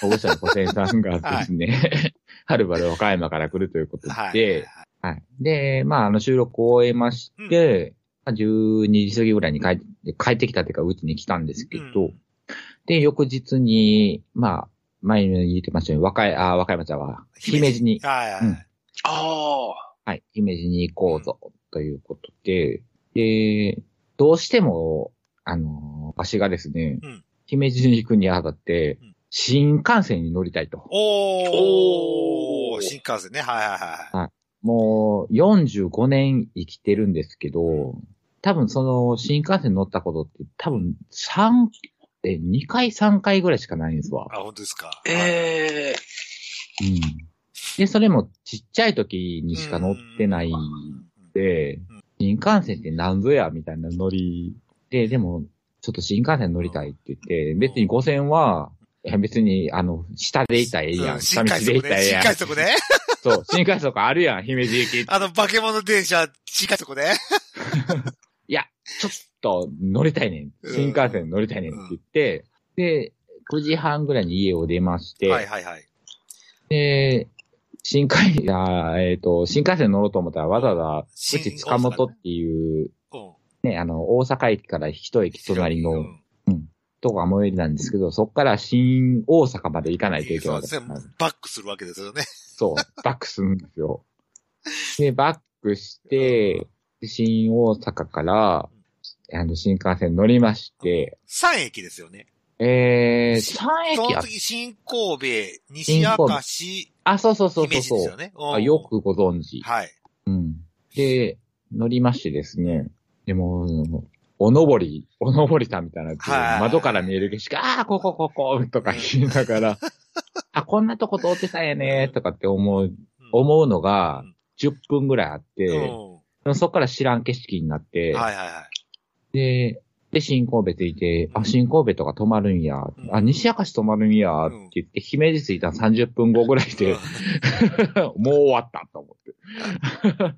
Speaker 2: 保護者の五千さんがですね、
Speaker 1: *laughs*
Speaker 2: はるばる和歌山から来るということで、
Speaker 1: はい。
Speaker 2: はい。で、まあ、あの収録を終えまして、まあ12時過ぎぐらいに帰って、帰ってきたというか、うちに来たんですけ
Speaker 1: う
Speaker 2: ど、
Speaker 1: ん
Speaker 2: で、翌日に、まあ、前に言ってましたように、若い、あ、若い町は、姫路に、
Speaker 1: はいは
Speaker 2: う
Speaker 1: い
Speaker 2: ん。
Speaker 3: ああ。
Speaker 2: はい、姫路に行こうぞ、ということで、で、どうしても、あの、わしがですね、
Speaker 1: うん
Speaker 2: 姫路に行くにあたって、
Speaker 1: うん
Speaker 2: 新幹線に乗りたいと。
Speaker 1: おー
Speaker 3: おー
Speaker 1: 新幹線ね。はいはいはい。
Speaker 2: もの、45年生きてるんですけど、多分その、新幹線乗ったことって、多分3、え、2回3回ぐらいしかないんですわ。
Speaker 1: あ、本当ですか。
Speaker 3: ええ
Speaker 2: うん。で、それもちっちゃい時にしか乗ってないんで
Speaker 1: うん、
Speaker 2: 新幹線ってなんぞや、みたいな乗り。で、でも、ちょっと新幹線乗りたいって言って、別に5000は、いや別に、あの、下で行ったらええや。
Speaker 1: うんん
Speaker 2: 下
Speaker 1: 新
Speaker 2: 道
Speaker 1: 快
Speaker 2: で
Speaker 1: 速
Speaker 2: 行ったら
Speaker 1: ね。
Speaker 2: ええ
Speaker 1: 新
Speaker 2: やん。
Speaker 1: 快速ね。
Speaker 2: そう、新幹線とかあるやん、姫
Speaker 1: *laughs*
Speaker 2: 路駅。
Speaker 1: あの、化け物電車、新快速ね。
Speaker 2: ちょっと乗りたいねん。
Speaker 1: うん
Speaker 2: 新幹線乗りたいねんって言って、で、9時半ぐらいに家を出まして、
Speaker 1: はいはいはい。
Speaker 2: で、新幹線、 *laughs* あーえっ、と、新幹線乗ろうと思ったらわざわざ、
Speaker 1: 新
Speaker 2: うち塚本っていう、
Speaker 1: うん。
Speaker 2: ね、あの、大阪駅から一駅隣
Speaker 1: う
Speaker 2: の
Speaker 1: ん
Speaker 2: とこが最寄りなんですけど、そこから新大阪まで行かないといけ
Speaker 1: そ
Speaker 2: な
Speaker 1: う
Speaker 2: い
Speaker 1: ですね。バックするわけですよね。
Speaker 2: そう、バックするんですよ。で、バックして、新大阪から、あの、新幹線乗りまして、
Speaker 1: 3駅ですよね。
Speaker 2: えー、3
Speaker 1: そ
Speaker 2: 駅
Speaker 1: の
Speaker 2: あ、
Speaker 1: 次、新神戸、西明石、
Speaker 2: あ、そうそうそう
Speaker 1: 姫
Speaker 2: そう
Speaker 1: 路ですよ
Speaker 2: そう、
Speaker 1: ね。うん
Speaker 2: あ。よ。くご存知。
Speaker 1: はい。
Speaker 2: うん。で、乗りましてですね、でも、おのぼり、おのぼりさんみたいなやつ、
Speaker 1: はい
Speaker 2: 窓から見える景色、ああ、ここ、ここ、とか言いな
Speaker 1: *laughs*
Speaker 2: がら、あ、こんなとこ通ってたんやね、とかって思う、
Speaker 1: うん
Speaker 2: 思うのが
Speaker 1: うん、
Speaker 2: 10分ぐらいあっ
Speaker 1: うん
Speaker 2: て、でもそこから知らん景色になって、
Speaker 1: はいはいはい。
Speaker 2: で、で、新神戸着いて、
Speaker 1: う
Speaker 2: あ、
Speaker 1: ん
Speaker 2: 新神戸とか泊まるんや、
Speaker 1: ん
Speaker 2: あ、西明石泊まるんや、って言って、姫路着いたの30分後ぐらいで、 *laughs* もう終わったと思って。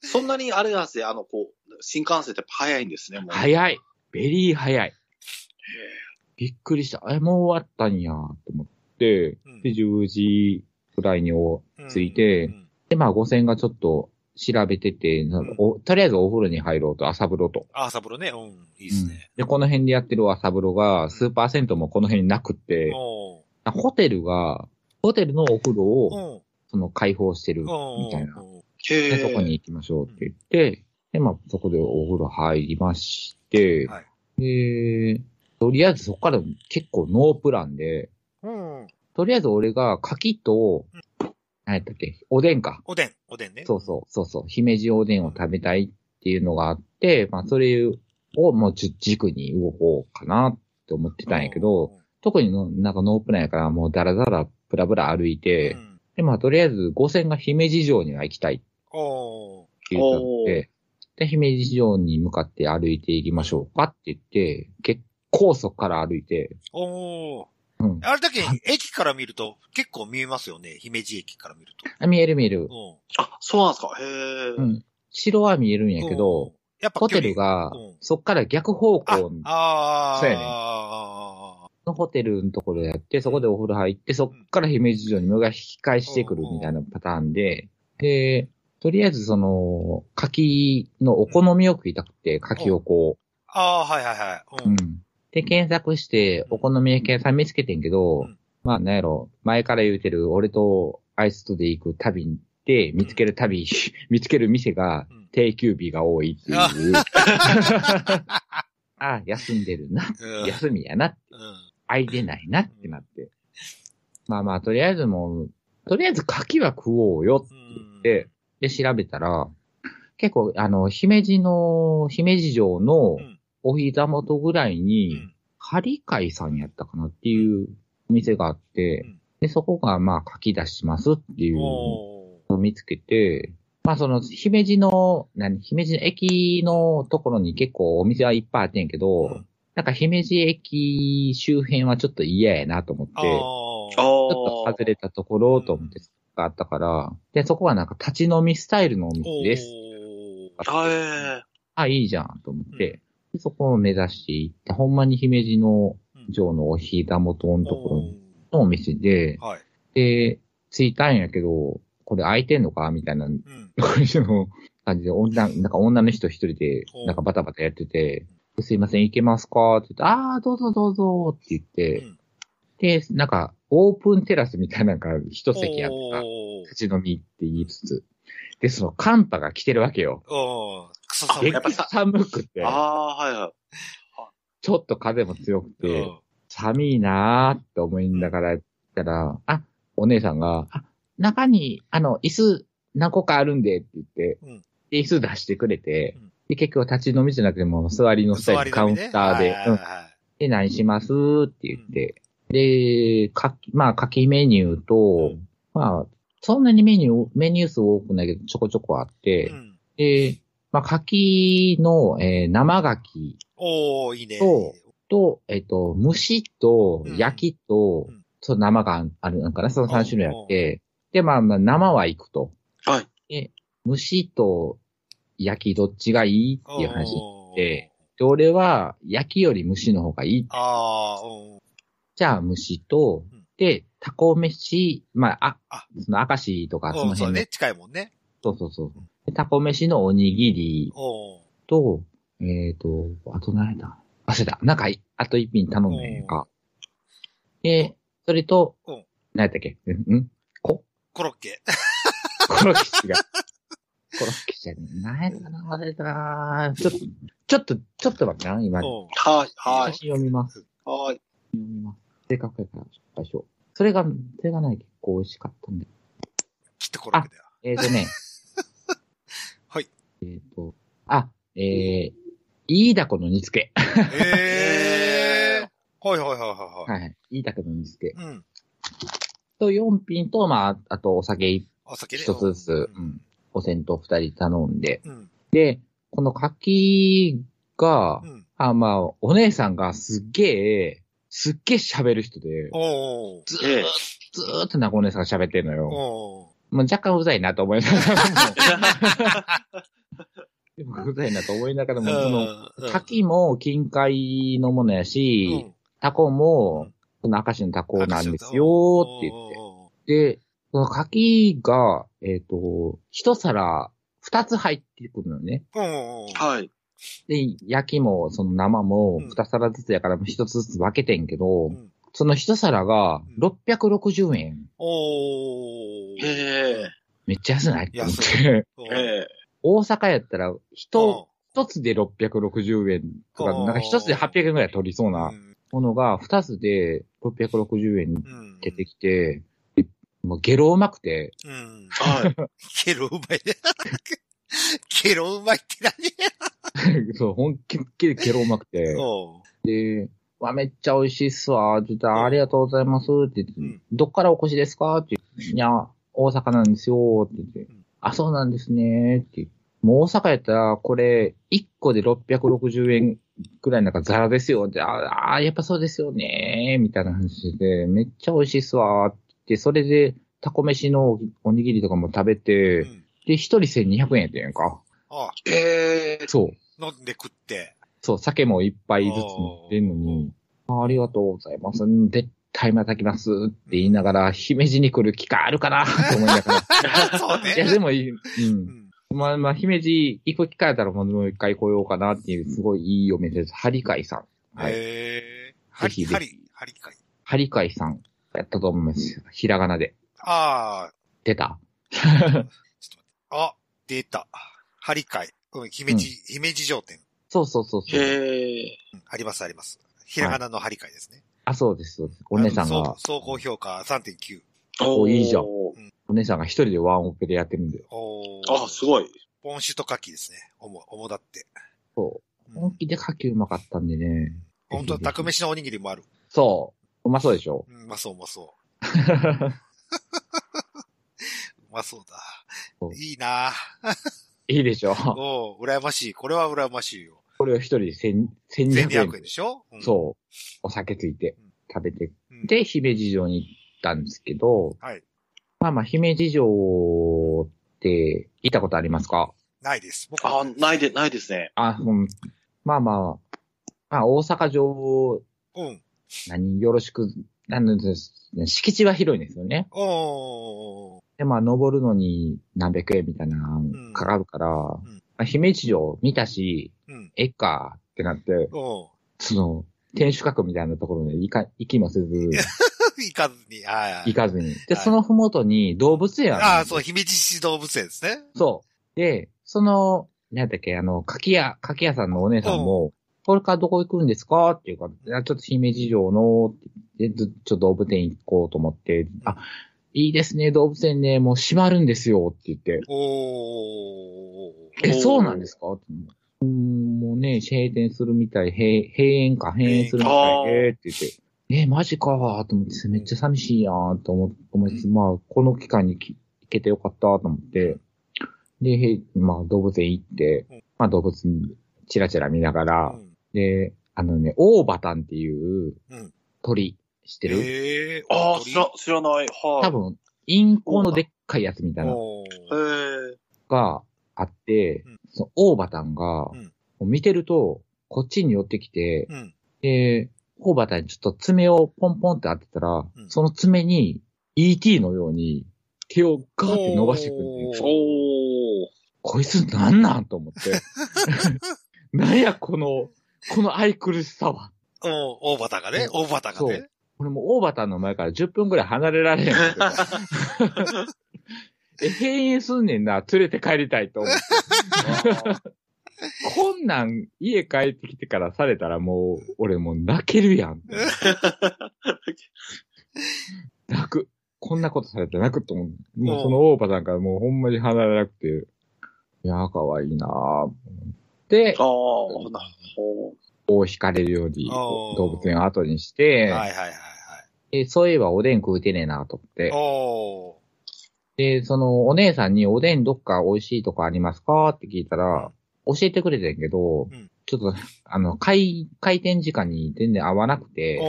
Speaker 3: そんなにあれなんですね、あの、こう、新幹線って早いんですね、もう。い。
Speaker 2: 早い。ベリー早い。びっくりした。え、もう終わったんや、と思って、
Speaker 1: うん
Speaker 2: で、10時ぐらいにお、
Speaker 1: うん
Speaker 2: ついて
Speaker 1: うん
Speaker 2: で、まあ、5000がちょっと調べてて、なんか
Speaker 1: うん
Speaker 2: おとりあえずお風呂に入ろうと、朝風呂と。
Speaker 1: あ、サブロね。うん。いいですね。
Speaker 2: で、この辺でやってる朝風呂が、スーパー銭湯もこの辺になくって、
Speaker 1: お
Speaker 2: ホテルが、ホテルのお風呂
Speaker 1: う
Speaker 2: を、
Speaker 1: ん。
Speaker 2: その、開放してる、
Speaker 1: うん。
Speaker 2: みたいな。
Speaker 1: うん
Speaker 3: へ
Speaker 2: で、
Speaker 3: え。
Speaker 2: そこに行きましょうって言って、で、まあ、そこでお風呂入りまして、
Speaker 1: はい
Speaker 2: で、とりあえずそこから結構ノープランで、
Speaker 1: うん。
Speaker 2: とりあえず俺が柿と、何やったっけ、おでんか。
Speaker 1: おでん、おでんね。
Speaker 2: そうそう、そうそう、姫路おでんを食べたいっていうのがあって、まあ、それをもうじ軸に動こうかなって思ってたんやけど、特にのなんかノープランやから、もうダラダラ、ブラブラ歩いうて、
Speaker 1: ん、
Speaker 2: で、まあ、とりあえず、五線が姫路城には行きたい
Speaker 1: おー
Speaker 2: って言ったので、で、姫路城に向かって歩いていきましょうかって言って、結構そこから歩いて、
Speaker 1: おー
Speaker 2: うん
Speaker 1: あれだけ駅から見ると結構見えますよね。姫路駅から見る
Speaker 2: あ見える見える。
Speaker 1: と。
Speaker 3: あ、そうなんですか。へえ。
Speaker 2: う。ん。城は見えるん
Speaker 1: うん。
Speaker 2: やけど、、
Speaker 1: やっぱ距
Speaker 2: ホ
Speaker 1: 離
Speaker 2: テル、が
Speaker 1: うん、
Speaker 2: そっから逆方
Speaker 1: あ
Speaker 2: 向、
Speaker 1: あー、
Speaker 2: そうやね
Speaker 1: あ
Speaker 2: のホテルのところやって、そこでお風呂入って、そっから姫路城に向が引き返してくるみたいなパターンで、で、とりあえずその、柿のお好みを食いたくて、柿をこ
Speaker 1: ーあー、はいはいはい。
Speaker 2: う、
Speaker 1: う。
Speaker 2: うんん。で、検索して、お好み焼き屋さん見つけてんけ
Speaker 1: う
Speaker 2: ど
Speaker 1: ん、
Speaker 2: まあなんやろ、前から言うてる、俺とアイスとで行く旅で、見つける旅、見つける店が
Speaker 1: うん、
Speaker 2: 定休日が多いっていう。 *laughs* ああ、休んでるな。
Speaker 1: うん
Speaker 2: 休みやな。
Speaker 1: うん
Speaker 2: 空いてないなってなって。まあまあ、とりあえずもう、とりあえず牡蠣は食おうよ。
Speaker 1: うん
Speaker 2: で、で、調べたら、結構、あの、姫路の、姫路城の
Speaker 1: うん
Speaker 2: お膝元ぐらいうに
Speaker 1: ん、
Speaker 2: ハリカイさんやったかなっていうお店があって
Speaker 1: うん、
Speaker 2: で、そこがまあ、牡蠣出しますっていうの
Speaker 1: お
Speaker 2: を見つけて、まあその、姫路の、何、姫路の駅のところに結構お店はいっぱいあってんけ
Speaker 1: う
Speaker 2: ど、
Speaker 1: ん
Speaker 2: なんか姫路駅周辺はちょっと嫌やなと思って、
Speaker 1: あ
Speaker 2: ちょ
Speaker 3: ああ。
Speaker 1: あ。
Speaker 2: っと外れたところと思って、があったから、で、そこはなんか立ち飲みスタイルのお店です。
Speaker 1: おー
Speaker 3: あええ。
Speaker 2: あ、いいじゃんと思って、
Speaker 1: う
Speaker 2: でそこを目指していって、ほんまに姫路の
Speaker 1: うん
Speaker 2: 城のお膝元のとこ
Speaker 1: お
Speaker 2: ろのお店で
Speaker 1: ー、はい。
Speaker 2: で、着いたんやけど、これ空いてんのかみたいな
Speaker 1: うん。
Speaker 2: の感じで、女、なんか女の人一人で、なんかバタバタやってて、すいません、行けますかって言って、ああ、どうぞどうぞって言って、
Speaker 1: うん
Speaker 2: で、なんか、オープンテラスみたいなのが一席あってさ、
Speaker 1: おー
Speaker 2: 立ち飲みって言いつつ、で、その寒波が来てるわけよ。
Speaker 1: おークソ寒い
Speaker 2: 激
Speaker 3: やっぱさ
Speaker 2: 寒くて
Speaker 3: あ、あ、はいはい。
Speaker 2: ちょっと風も強く
Speaker 1: う
Speaker 2: て、
Speaker 1: ん
Speaker 2: 寒いなーって思いながらやったら、あ、お姉さんが、あ、中に、あの、椅子、何個かあるんでって言って
Speaker 1: うん、
Speaker 2: 定数出してくれて
Speaker 1: うん、
Speaker 2: で、結局立ち飲みじゃなくても、座りのスタイル、カウンターで、
Speaker 1: はい
Speaker 2: うん
Speaker 1: はいはい
Speaker 2: で、何しますって言って、で、かき、まあ、かきメニューと、
Speaker 1: うん
Speaker 2: まあ、そんなにメニュー、メニュー数多くないけど、ちょこちょこあって、
Speaker 1: うん
Speaker 2: で、まあ、柿の、えー生柿
Speaker 1: おー、いいね。
Speaker 2: そうと、えっ、と、蒸しと、
Speaker 1: うん
Speaker 2: 焼きと、
Speaker 1: うん
Speaker 2: そう生があるのかな、その3種類あって、で、まあ、まあ、生はいくと。
Speaker 3: はい。
Speaker 2: で、蒸しと焼きどっちがいいっていう話。
Speaker 1: おー
Speaker 2: で、で、俺は焼きより蒸しの方がいい。
Speaker 1: あー、おー
Speaker 2: じゃあ蒸しと
Speaker 1: うん、
Speaker 2: で、タコ飯、まあ、
Speaker 1: あ
Speaker 2: あ、その明石とかそ
Speaker 1: お
Speaker 2: の
Speaker 1: ー、そう
Speaker 2: 辺の
Speaker 1: ね、近いもんね。
Speaker 2: そうそうそう。でタコ飯のおにぎり
Speaker 1: おー。
Speaker 2: と、えっ、と、あと何やった忘れた。なんか、あと一品頼んだんやんか。で、それと
Speaker 1: うん、
Speaker 2: 何やったっけうんんこ
Speaker 1: コロッケ。
Speaker 2: コロッケ違う。 *laughs* コロッケじゃねえ。何やったかな忘れたなちょっと、ちょっと、ちょっと待ってな、今。
Speaker 1: おー
Speaker 3: はい、は
Speaker 2: 写真
Speaker 3: い、
Speaker 2: 読みます。
Speaker 3: はい。
Speaker 2: 読みます。正確やから、最初。それが、それがない結構美味しかったんで。
Speaker 1: きっとコロッケだよ。。
Speaker 2: えっ、とね
Speaker 1: *laughs* はい。
Speaker 2: えっ、と、あ、えー、いいだこの煮付け。
Speaker 1: ええー。はいはいはいはいは
Speaker 2: はいはい。いいだこの煮付け。
Speaker 1: い。うん。
Speaker 2: と、4品と、まあ、あとお酒
Speaker 1: お酒ね。
Speaker 2: 一つずつ、うん、お銭と2人頼んで。
Speaker 1: うん。
Speaker 2: で、この柿が
Speaker 1: う、ん。
Speaker 2: あ、まあ、お姉さんがすっげえ、すっげえ喋る人で、
Speaker 1: おー。
Speaker 2: ずーっと、ずーっとなんかお姉さんが喋ってんのよ。
Speaker 1: おー。
Speaker 2: まあ、若干うざいなと思いながらも。 *laughs* でもうざいなと思いながらも、その、柿も近海のものやし、タコも、この明石のタコなんですよって言っ
Speaker 1: っ
Speaker 2: て。で、その柿が、えっ、と、一皿二つ入ってくるのよね。
Speaker 1: て。うん。い。
Speaker 3: はい。
Speaker 2: で、焼きも、その生も
Speaker 1: うん
Speaker 2: 二皿ずつやから一つずつ分けてんけど、
Speaker 1: うん
Speaker 2: その一皿が660円。
Speaker 1: おー。
Speaker 3: へえ。
Speaker 2: めっちゃ安ないって思っ
Speaker 1: 安
Speaker 2: て。 *laughs*
Speaker 3: へえ。
Speaker 2: 大阪やったら、人、
Speaker 1: うん
Speaker 2: 一つで660円とか、
Speaker 1: うん
Speaker 2: なんか一つで800円ぐらい取りそうな
Speaker 1: うん
Speaker 2: ものが、二つで660円
Speaker 1: うん。
Speaker 2: 出てきて、でもうゲロうまくて、 *laughs*
Speaker 1: うん。
Speaker 3: はい。
Speaker 1: ケロうまいね。ケロうまいって何
Speaker 2: そう、本気でゲロうまくて、
Speaker 1: おう
Speaker 2: で、わ、めっちゃ美味しいっすわ、って言ったら、ありがとうございます、って言って、
Speaker 1: うん
Speaker 2: どっからお越しですかって言って、いや、大阪なんですよ、って言って、
Speaker 1: うん
Speaker 2: あ、そうなんですね、って言ってもう大阪やったら、これ、1個で660円くらいなんかザラですよ、って、ああー、やっぱそうですよね、みたいな話で、めっちゃ美味しいっすわ、って言って、それで、タコ飯のおにぎりとかも食べて、
Speaker 1: うん。
Speaker 2: で、1人1200円やったやんか。
Speaker 1: ああ、
Speaker 3: ええ。
Speaker 2: そう。
Speaker 1: 飲んで食っ
Speaker 2: *laughs*
Speaker 1: て。
Speaker 2: そう、酒も一杯ずつ持ってんのに、あありがとうございます。うん絶対また来ますって言いながら、姫路に来る機会あるかなと思いな *laughs* がら。
Speaker 1: そうね。
Speaker 2: いや、でもいい、う。
Speaker 1: うんん。
Speaker 2: まあまあ、姫路行く機会あったらもう一回来ようかなっていう、すごいいいお店です。ハリカイさん。はい。
Speaker 1: ええ。ハリ、
Speaker 2: ぜひ
Speaker 1: ハ
Speaker 2: ぜ
Speaker 1: リ、ハリかい。
Speaker 2: ハリカイさん。やったと思います。ひらがなで。
Speaker 1: ああ、
Speaker 2: 出た
Speaker 1: ちょっと待って。あ、出た。ハリかい。うん、姫路、姫路商店。
Speaker 2: そうそうそうそう。
Speaker 3: へえ。
Speaker 1: うんありますあります。ひらがなのハリかいですね。
Speaker 2: あ、そうです。そうですお姉さん
Speaker 1: あの
Speaker 2: が、
Speaker 1: 総総合評価3.9。
Speaker 2: おいいじゃん
Speaker 3: おー
Speaker 2: お姉さんが一人でワンオペでやってるんだよ。
Speaker 1: おー
Speaker 3: あ、すごい。
Speaker 1: ポンシュとカキですね。おも、おもだって。
Speaker 2: そう。
Speaker 1: うん
Speaker 2: 本気で牡蠣うまかったんでね。
Speaker 1: 本当はタク飯のおにぎりもある。
Speaker 2: そう。うまそうでしょ
Speaker 1: うん、うまそううま
Speaker 2: *laughs*
Speaker 1: そう。うまそうだ
Speaker 2: そ。う
Speaker 1: いいない
Speaker 2: いでしょ
Speaker 1: おう、羨ましい。これは羨ましいよ。
Speaker 2: これを一人で千千二百
Speaker 1: 1200円
Speaker 2: 円
Speaker 1: で。しょ、うん
Speaker 2: そう。お酒ついて
Speaker 1: うん
Speaker 2: 食べて。
Speaker 1: うん。
Speaker 2: で、姫路城に行ったんですけど、
Speaker 1: はい。
Speaker 2: まあまあ、姫路城って行ったことありますか
Speaker 1: ないです。僕は
Speaker 3: あ、ないで、ないですね。
Speaker 2: あ、うん。まあまあ、まあ大阪城、
Speaker 1: うん。
Speaker 2: 何、よろしく、なんなんですね、敷地は広いんですよね。
Speaker 1: おー。
Speaker 2: で、まあ、登るのに何百円みたいなのかかるから、
Speaker 1: ん
Speaker 2: まあ、姫路城見たし、
Speaker 1: うん。
Speaker 2: えっかってなって、
Speaker 1: おう。
Speaker 2: その、天守閣みたいなところに行か、行きもせず、
Speaker 1: *laughs* 行かずに。はいはい。
Speaker 2: 行かずに。で、
Speaker 1: はい
Speaker 2: そのふもとに動物園
Speaker 1: あ
Speaker 2: あ
Speaker 1: あ、
Speaker 2: る
Speaker 1: そう、姫路市動物園ですね。
Speaker 2: そう。で、その、なんだっけ、あの、柿屋、柿屋さんのお姉さんも、これからどこ行くんですかっていうから、いやちょっと姫路城の、でずちょっと動物園行こうと思って、あ、いいですね、動物園ね、もう閉まるんですよって言って、
Speaker 1: おー。
Speaker 2: え、そうなんですかってうん、もうね、閉店するみたい、閉閉園か、閉園するみたい、
Speaker 3: え
Speaker 2: えーって言って、え、マジかーと思って、めっちゃ寂しいなーと思思いつつ、まあ、この期間にき行けてよかったと思って、で、へいまあ、動物園行って
Speaker 1: うん、
Speaker 2: まあ、動物にチラチラ見ながら
Speaker 1: う、ん
Speaker 2: で、あのね、オーバタンっていう
Speaker 1: うん
Speaker 2: 鳥、知ってる
Speaker 1: ええ
Speaker 3: ああ、知ら、知らない。はい。
Speaker 2: 多分、インコのでっかいやつみたいなの
Speaker 1: おー
Speaker 3: へえ。
Speaker 2: があって
Speaker 1: うん、
Speaker 2: そのオーバタンが、も
Speaker 1: うん
Speaker 2: う見てると、こっちに寄ってきて、
Speaker 1: うん。
Speaker 2: で、オーバタンにちょっと爪をポンポンって当てたら、
Speaker 1: ん
Speaker 2: その爪に ET のように手をガーって伸ばしてくるん
Speaker 1: お
Speaker 2: で
Speaker 1: ー
Speaker 2: すよ。
Speaker 3: おー。
Speaker 2: こいつなんなんと
Speaker 1: *laughs*
Speaker 2: 思って。なんやこの、この愛くるしさは。
Speaker 1: おー大畑がね、大畑が
Speaker 2: そ
Speaker 1: ね。
Speaker 2: 俺もオーバタンの前から10分くらい離れられへんけど。
Speaker 1: *laughs*
Speaker 2: え、閉園すんねんな、連れて帰りたいと思って。こんなん家帰ってきてからされたらもう、俺もう泣けるやん。泣く。こんなことされて泣くと思う。もうそのオーバタンからもうほんまに離れなくて。いやー、可愛いなぁ。で、
Speaker 3: ああ、なるほ
Speaker 2: こう惹かれるように
Speaker 1: おー
Speaker 2: 動物園を後にし
Speaker 1: は
Speaker 2: て、
Speaker 1: いはいはいはい。
Speaker 2: でそういえばおでん食うてねえなと思って。
Speaker 1: おー。
Speaker 2: で、そのお姉さんにおでんどっか美味しいとこありますかって聞いたら、教えてくれてんけど、
Speaker 1: うん
Speaker 2: ちょっと、 *laughs* あの、開、開店時間に全然合わな
Speaker 1: お
Speaker 2: くて、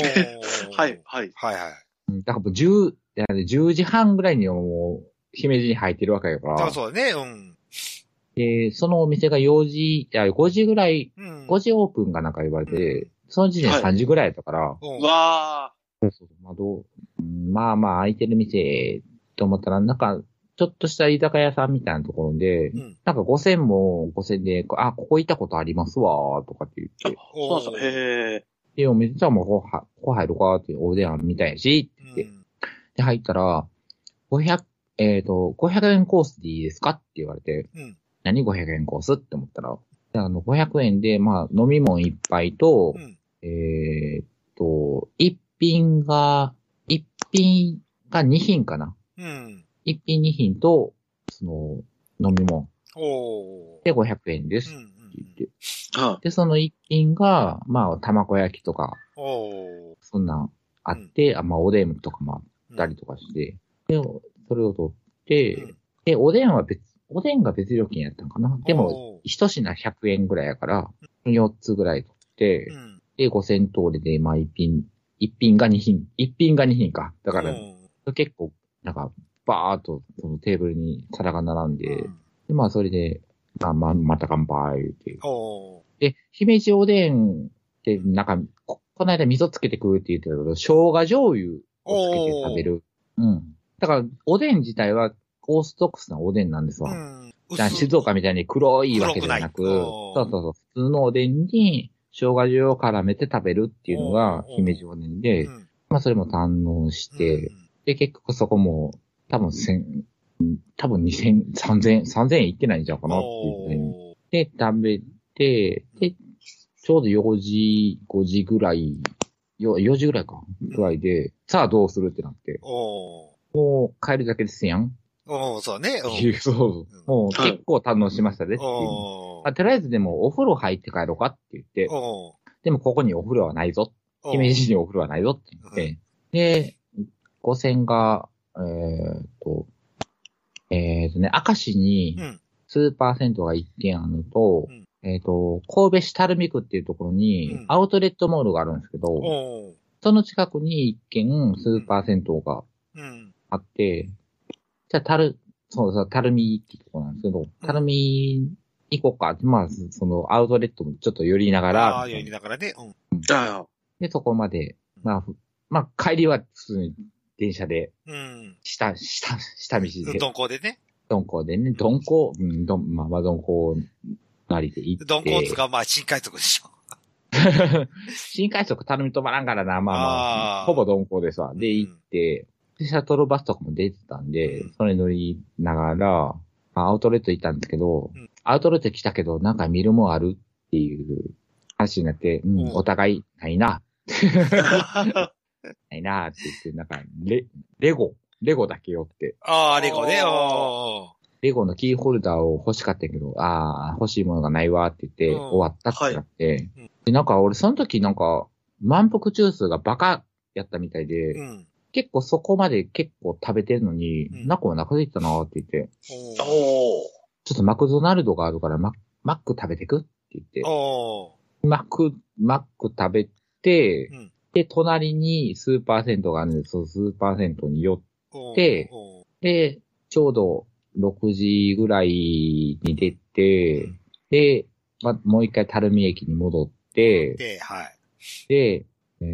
Speaker 1: ー
Speaker 3: ど。 *laughs* はい、。はい。
Speaker 1: はいはい。
Speaker 2: うんだからもう10、だから10時半ぐらいにはもう、姫路に入ってるわけやか
Speaker 1: だから
Speaker 2: ら、
Speaker 1: そうだね、うん。
Speaker 2: で、そのお店が4時、いや5時ぐらい、
Speaker 1: うん。
Speaker 2: 5時オープンがなんか言われて、
Speaker 1: うん
Speaker 2: その時点で
Speaker 3: は
Speaker 2: 3時ぐらいだったから、
Speaker 1: うん
Speaker 3: わ
Speaker 2: まあどう、うんまあまあ空いてる店と思ったら、なんか、ちょっとした居酒屋さんみたいなところで、
Speaker 1: うん
Speaker 2: なんか5000も5000で、あ、ここ行ったことありますわーとかって言って、
Speaker 3: あ。そうなんですよ。へえ。
Speaker 2: で、お店じゃあもうここは、ここ入るかって、おでんみたいやし、って言って、
Speaker 1: うん
Speaker 2: で入ったら、500、えっ、と、500円コースでいいですかって言われて、
Speaker 1: うん
Speaker 2: 何500円コースって思ったら、であの、500円で、まあ、飲み物一杯と、
Speaker 1: うん。
Speaker 2: えーっと、一品が、一品が二品かな。
Speaker 1: うん。
Speaker 2: 一品二品と、その、飲み物
Speaker 1: おー。
Speaker 2: で500円です
Speaker 1: うんう
Speaker 2: って言っ
Speaker 1: ん。
Speaker 2: て。
Speaker 3: は
Speaker 2: で、その一品が、まあ、卵焼きとか、
Speaker 1: おー。
Speaker 2: そんなんあって、あまあ、おでんとかもあ
Speaker 1: うん
Speaker 2: ったりとかして、で、それを取って、
Speaker 1: うん
Speaker 2: で、おでんは別、おでんが別料金やったんかな。でも、
Speaker 1: おー、
Speaker 2: 一品100円ぐらいやから、4つぐらい取って、
Speaker 1: うん。
Speaker 2: で、5000通りで、まあ、一品、一品が二品、一品が二品か。だ
Speaker 1: だ
Speaker 2: から、結構、なんか、バーっと、そのテーブルに皿が並んで、でまあ、それで、まあ、まあ、また乾杯っていう。
Speaker 1: おー。
Speaker 2: で、姫路おでんって、なんか、こ、この間味噌つけて食うって言ってたけど、生姜醤油をつけて食べる。うん。だから、おでん自体は、オーソドックスなおでんなんですわ。
Speaker 1: うん。
Speaker 2: だから静岡みたいに黒いわけじゃなく、
Speaker 1: 黒くない
Speaker 2: そうそうそう、普通のおでんに生姜汁を絡めて食べるっていうのが
Speaker 1: うん
Speaker 2: 姫路おでんで、
Speaker 1: うん
Speaker 2: まあそれも堪能して、
Speaker 1: うん
Speaker 2: で結局そこも多分千、多分二千、三千、三千円いってないんちゃうかなっていうね。
Speaker 1: おー
Speaker 2: で、食べて、で、ちょうど4時、5時ぐらい、よ4時ぐらいか、ぐらいで、さあどうするってなって、
Speaker 1: おー。
Speaker 2: もう帰るだけですやん
Speaker 1: おー、そうね。
Speaker 2: っていう、そう
Speaker 1: うん、
Speaker 2: もう結構堪能しましたねっていう。
Speaker 1: おー。
Speaker 2: まあ、とりあえずでもお風呂入って帰ろうかって言って、
Speaker 1: おー。
Speaker 2: でもここにお風呂はないぞ。姫路にお風呂はないぞって言って、で、5000が、えーっと、えーっとね、明石に
Speaker 1: うん
Speaker 2: スーパー銭湯が1軒あるのと、
Speaker 1: うん
Speaker 2: えーっと、神戸市垂水区っていうところ
Speaker 1: う
Speaker 2: に
Speaker 1: ん
Speaker 2: アウトレットモールがあるんですけど、
Speaker 1: おー。
Speaker 2: その近くに1軒スーパー銭湯が
Speaker 1: うん。
Speaker 2: あって、じゃあ、たる、そうそう、たるみってとこなんですけど、たるみ行こうかって、まあ、そのアウトレットもちょっと寄りなが
Speaker 1: あ
Speaker 2: ら
Speaker 1: あ、、やりながらね。うん。
Speaker 3: い。だよ。
Speaker 2: で、そこまで、まあ、ふまあ、帰りは普通に電車で、
Speaker 1: うん。
Speaker 2: 下、下、下道で、
Speaker 1: 鈍行でね。
Speaker 2: 鈍行でね、鈍行、うん、どんまあ、まあ、鈍行なりで行って、
Speaker 1: 鈍行っつうか、まあ、新海賊でしょ。
Speaker 2: 新快速たるみ止まらんからな、まあまあ、
Speaker 1: あー
Speaker 2: ほぼ鈍行ですわ。で、
Speaker 1: うん
Speaker 2: 行って、でシャトルバスとかも出てたんで、
Speaker 1: うん
Speaker 2: それ乗りながら、あアウトレット行ったんですけど、
Speaker 1: うん
Speaker 2: アウトレット来たけど、なんか見るもんあるっていう話になって、うん、
Speaker 1: うん
Speaker 2: お互い、ないな、
Speaker 3: あ
Speaker 2: ないなって言って、なんか、レ、レゴ、レゴだけ寄って。
Speaker 1: ああ、レゴね。
Speaker 3: あー
Speaker 1: あ
Speaker 2: レゴのキーホルダーを欲しかったけど、ああ、欲しいものがないわって言って、
Speaker 1: うん
Speaker 2: 終わったってなって、
Speaker 1: うん
Speaker 2: で、なんか俺その時なんか、満腹中枢がバカやったみたいで、
Speaker 1: ーうん。
Speaker 2: 結構そこまで結構食べてるのに、
Speaker 1: うん
Speaker 2: なんかお腹出てきたなーって言って、
Speaker 1: おー
Speaker 3: おー。
Speaker 2: ちょっとマクドナルドがあるからママック食べてくって言って、
Speaker 1: お
Speaker 2: マック、マック食べて、
Speaker 1: うん
Speaker 2: で、隣にスーパーセントがあるんで、そのスーパーセントに寄っ
Speaker 1: ー
Speaker 2: で、
Speaker 1: おー
Speaker 2: で、ちょうど6時ぐらいに出て、
Speaker 1: うん
Speaker 2: で、ま、もう一回垂水駅に戻って、
Speaker 1: で、はい。
Speaker 2: で、えー、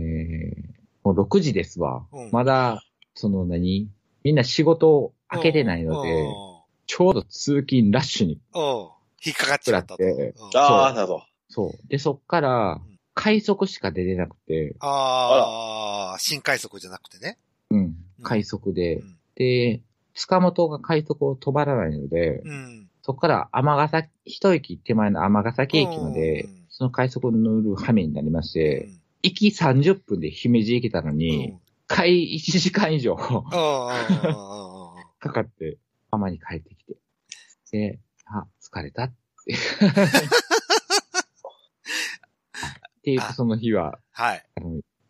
Speaker 2: もう6時ですわ。
Speaker 1: うん
Speaker 2: まだ、その何みんな仕事開けてないので、
Speaker 1: お
Speaker 2: ちょうど通勤ラッシュに、
Speaker 1: ーおー引っかかっちゃったと。
Speaker 2: 食らって
Speaker 1: うん
Speaker 3: あ
Speaker 2: そ
Speaker 3: あ、なるほど。
Speaker 2: そう。で、そっから
Speaker 1: ん、
Speaker 2: 快速しか出てなくて、
Speaker 1: ああ、新快速じゃなくてね。
Speaker 2: うん、快速で、
Speaker 1: うん
Speaker 2: で、塚本が快速を止まらないので、
Speaker 1: うん。
Speaker 2: そこから尼崎、一駅手前の尼崎駅まで、
Speaker 1: うん
Speaker 2: その快速を乗る羽目になりまして、
Speaker 1: うん
Speaker 2: 行き30分で姫路駅たの
Speaker 1: う
Speaker 2: に、
Speaker 1: ん
Speaker 2: 帰1時間以上
Speaker 1: あーあー、あーあー
Speaker 2: かかって、浜に帰ってきて。で、あ、疲れたって。っていう、その日は、
Speaker 1: はい。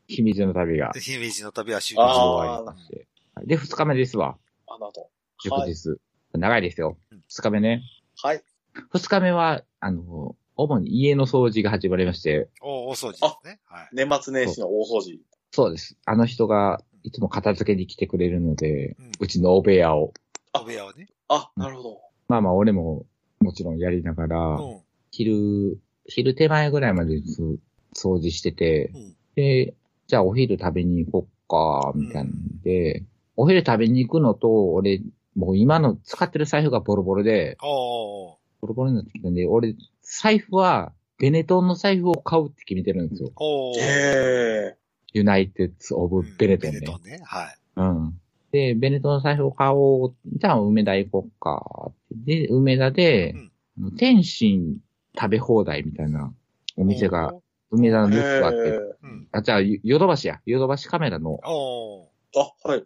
Speaker 2: 姫路の旅が
Speaker 1: で姫路の旅は終
Speaker 2: 無事
Speaker 1: 了。
Speaker 2: 終わりまして。で、二日目ですわ。
Speaker 3: あなるほど。
Speaker 2: 祝
Speaker 3: はい。
Speaker 2: 日。長いですよ
Speaker 1: うん。
Speaker 2: 二日目ね。
Speaker 3: はい。
Speaker 2: 二日目は、あの、主に家の掃除が始まりまして、
Speaker 1: おお掃除ですね。はい。
Speaker 3: 年末年始の大掃除。
Speaker 2: そうです。あの人がいつも片付けに来てくれるので、
Speaker 1: う
Speaker 2: うんちのお部屋を。
Speaker 1: お部屋をね。
Speaker 3: あ、なるほど。
Speaker 2: まあまあ、俺ももちろんやりながら、
Speaker 1: うん。
Speaker 2: 昼、昼手前ぐらいまでず掃除してて、
Speaker 1: うん
Speaker 2: で、じゃあお昼食べに行こっか、みたいなんで、お昼食べに行くのと、俺、もう今の使ってる財布がボロボロで、
Speaker 1: おーおー
Speaker 2: ボロボロになってきたんで、俺、財布は、ベネトンの財布を買うって決めてるんですよ。
Speaker 1: おーおー。
Speaker 3: へえ。
Speaker 2: ユナイテッド・オブ・ベネトン
Speaker 1: ベ
Speaker 2: ね
Speaker 1: ネ。トンね。はい。
Speaker 2: うん。で、ベネトンの財布を買おう。じゃあ、梅田行こっか。で、梅田で、あの天津食べ放題みたいなお店が、梅田のルックがあって、
Speaker 3: へ
Speaker 1: うん。
Speaker 2: あ、じゃあ、ヨヨドバシや。ヨドバシカメラの
Speaker 1: おお
Speaker 3: ーあ、はい。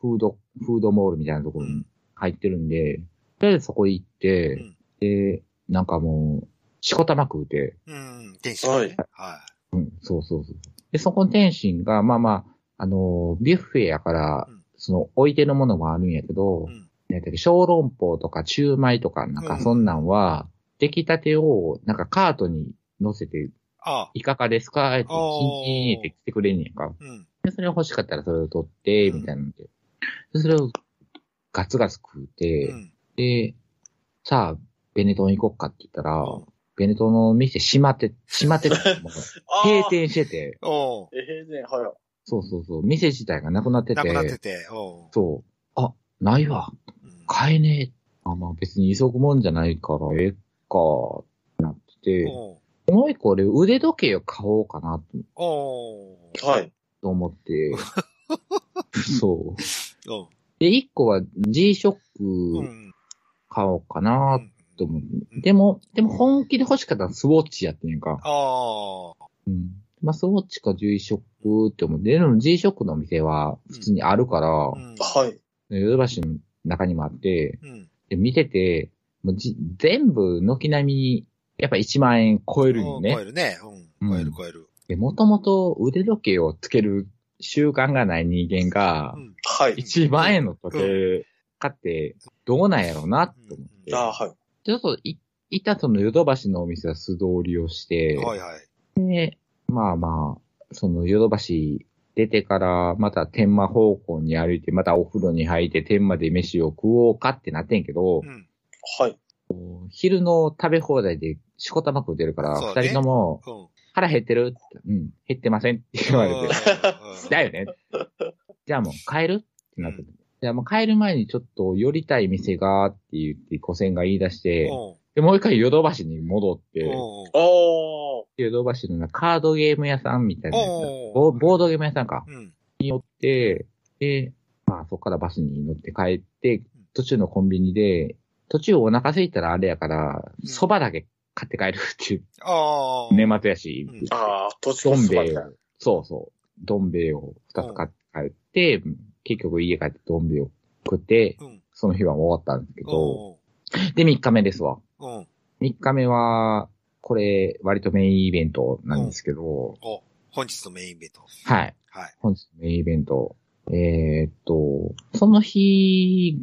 Speaker 2: フード、フードモールみたいなところに入ってるんで、とりあえずそこ行って、
Speaker 1: うん
Speaker 2: で、なんかもう、しこたま食うて、
Speaker 1: ー。うん。天使、ね。はい。は
Speaker 2: うん、そうそうそう。で、そこの天津が、まあまあ、あのービュッフェやから、
Speaker 1: うん
Speaker 2: その、置いてるものもあるんやけど、
Speaker 1: うん
Speaker 2: なんやったっけ小籠包とか中米とか、なん
Speaker 1: う
Speaker 2: か
Speaker 1: ん
Speaker 2: そんなんは、出来たてを、なんかカートに乗せて、
Speaker 1: ああ。
Speaker 2: いかがですかって、チン
Speaker 1: おー
Speaker 2: チンって来てくれんねやんか。
Speaker 1: うん。
Speaker 2: で、それが欲しかったらそれを取って、みたいなので。で、それをガツガツ食うて、
Speaker 1: うん。
Speaker 2: で、さあ、ベネトン行こっかって言ったら、
Speaker 1: うん
Speaker 2: ベネトンの店閉まって、閉まっ
Speaker 1: *laughs*
Speaker 2: てた。もう
Speaker 3: あー
Speaker 2: 閉。店してて、
Speaker 1: おお
Speaker 3: えー閉店、はい。
Speaker 2: そうそうそう、店自体がなくなって
Speaker 1: ー。
Speaker 2: て、
Speaker 1: なくなってて。おー
Speaker 2: そう、あ、ないわ、
Speaker 1: うん
Speaker 2: 買えねえ。あ、まあ別に急ぐもんじゃないから、ええか、ってなってて、
Speaker 1: おー
Speaker 2: もう一個俺腕時計を買おうかなと
Speaker 1: おー。
Speaker 3: はい。
Speaker 2: と
Speaker 1: *laughs*
Speaker 2: 思って、そう。
Speaker 1: お
Speaker 2: で、一個は G-SHOCK
Speaker 1: ーうん。
Speaker 2: 買おうかなと思
Speaker 1: う
Speaker 2: う。
Speaker 1: ん
Speaker 2: でも、でも本気で欲しかったらスウォッチやってんやんか。
Speaker 1: ああ。
Speaker 2: うん。まあ、スウォッチか G-SHOCK って思う。で、でも G-SHOCK のお店は普通にあるから、
Speaker 1: うん。
Speaker 3: はい。
Speaker 2: ヨドバシの中にもあって、
Speaker 1: うん。
Speaker 2: で見てて、もうじ全部軒並み、やっぱ1万円超えるよ
Speaker 1: うん超え
Speaker 2: ね。
Speaker 1: るね。う。
Speaker 2: うんん
Speaker 1: 超える超える。
Speaker 2: で、もともと腕時計をつける習慣がない人間が
Speaker 1: う、ん。
Speaker 3: はい。
Speaker 2: 1万円の時計買って、どうなんやろうなって思って。
Speaker 3: ああ、はい。
Speaker 2: ちょっとい、いたそのヨドバシのお店は素通りをして、
Speaker 1: はいはい。
Speaker 2: で、まあまあ、そのヨドバシ出てから、また天満方向に歩いて、またお風呂に入って天満で飯を食おうかってなってんけど
Speaker 1: う、ん。
Speaker 3: はい。
Speaker 2: 昼の食べ放題でしこたま食うてるから、
Speaker 1: そ
Speaker 2: 二、
Speaker 1: うね
Speaker 2: 人とも
Speaker 1: うん。
Speaker 2: 腹減ってるってうん、減ってませんって言われて、
Speaker 1: て
Speaker 2: だよ
Speaker 1: *laughs*
Speaker 2: ね。じゃあもう帰るってなって、じゃあもう帰る前にちょっと寄りたい店がって言って、古仙が言い出して、
Speaker 1: お
Speaker 2: で、もう一回ヨドバシに戻って、
Speaker 1: お
Speaker 3: おー。
Speaker 2: ヨドバシのカードゲーム屋さんみたいなやつ
Speaker 1: おー
Speaker 2: ボボードゲーム屋さんか。
Speaker 1: うん。
Speaker 2: で、で、まあそこからバスに乗って帰って、途中のコンビニで、途中お腹空いたらあれやから、
Speaker 1: ん
Speaker 2: 蕎麦だけ買って帰るっていう、
Speaker 1: ああ。
Speaker 2: 年末やし、
Speaker 1: うん
Speaker 3: ああ、土地
Speaker 2: どん
Speaker 3: そば
Speaker 2: 兵
Speaker 3: み
Speaker 2: 衛
Speaker 3: たい
Speaker 2: を
Speaker 3: な。、
Speaker 2: そうそう、どん兵衛を二つ買って帰って、結局家帰ってどん兵衛を食って、
Speaker 1: うん。
Speaker 2: その日は終わったんですけど、
Speaker 1: お
Speaker 2: で、3日目ですわ。
Speaker 1: ーうん。
Speaker 2: 3日目は、これ、割とメインイベントなんですけど、
Speaker 1: お、本日のメインイベント。
Speaker 2: はい。
Speaker 1: はい。
Speaker 2: 本日のメインイベント。えーっと、その日、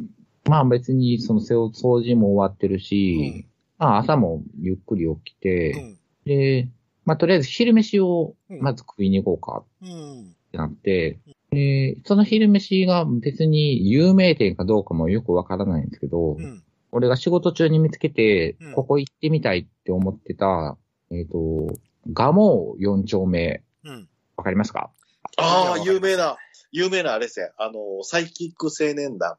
Speaker 2: まあ別にその掃除も終わってるし、まあ朝もゆっくり起きて、
Speaker 1: うん。
Speaker 2: で、まあとりあえず昼飯を
Speaker 1: うん
Speaker 2: まず食いに行こうか
Speaker 1: うん。
Speaker 2: ってなって、で、その昼飯が別に有名店かどうかもよくわからないんですけど、
Speaker 1: うん。
Speaker 2: 俺が仕事中に見つけて
Speaker 1: うん、
Speaker 2: ここ行ってみたいって思ってた、えっ、と、ガモー4丁目、
Speaker 1: うん。
Speaker 2: わかりますか
Speaker 3: ああ、有名な、有名なあれですね。あの、サイキック青年団の、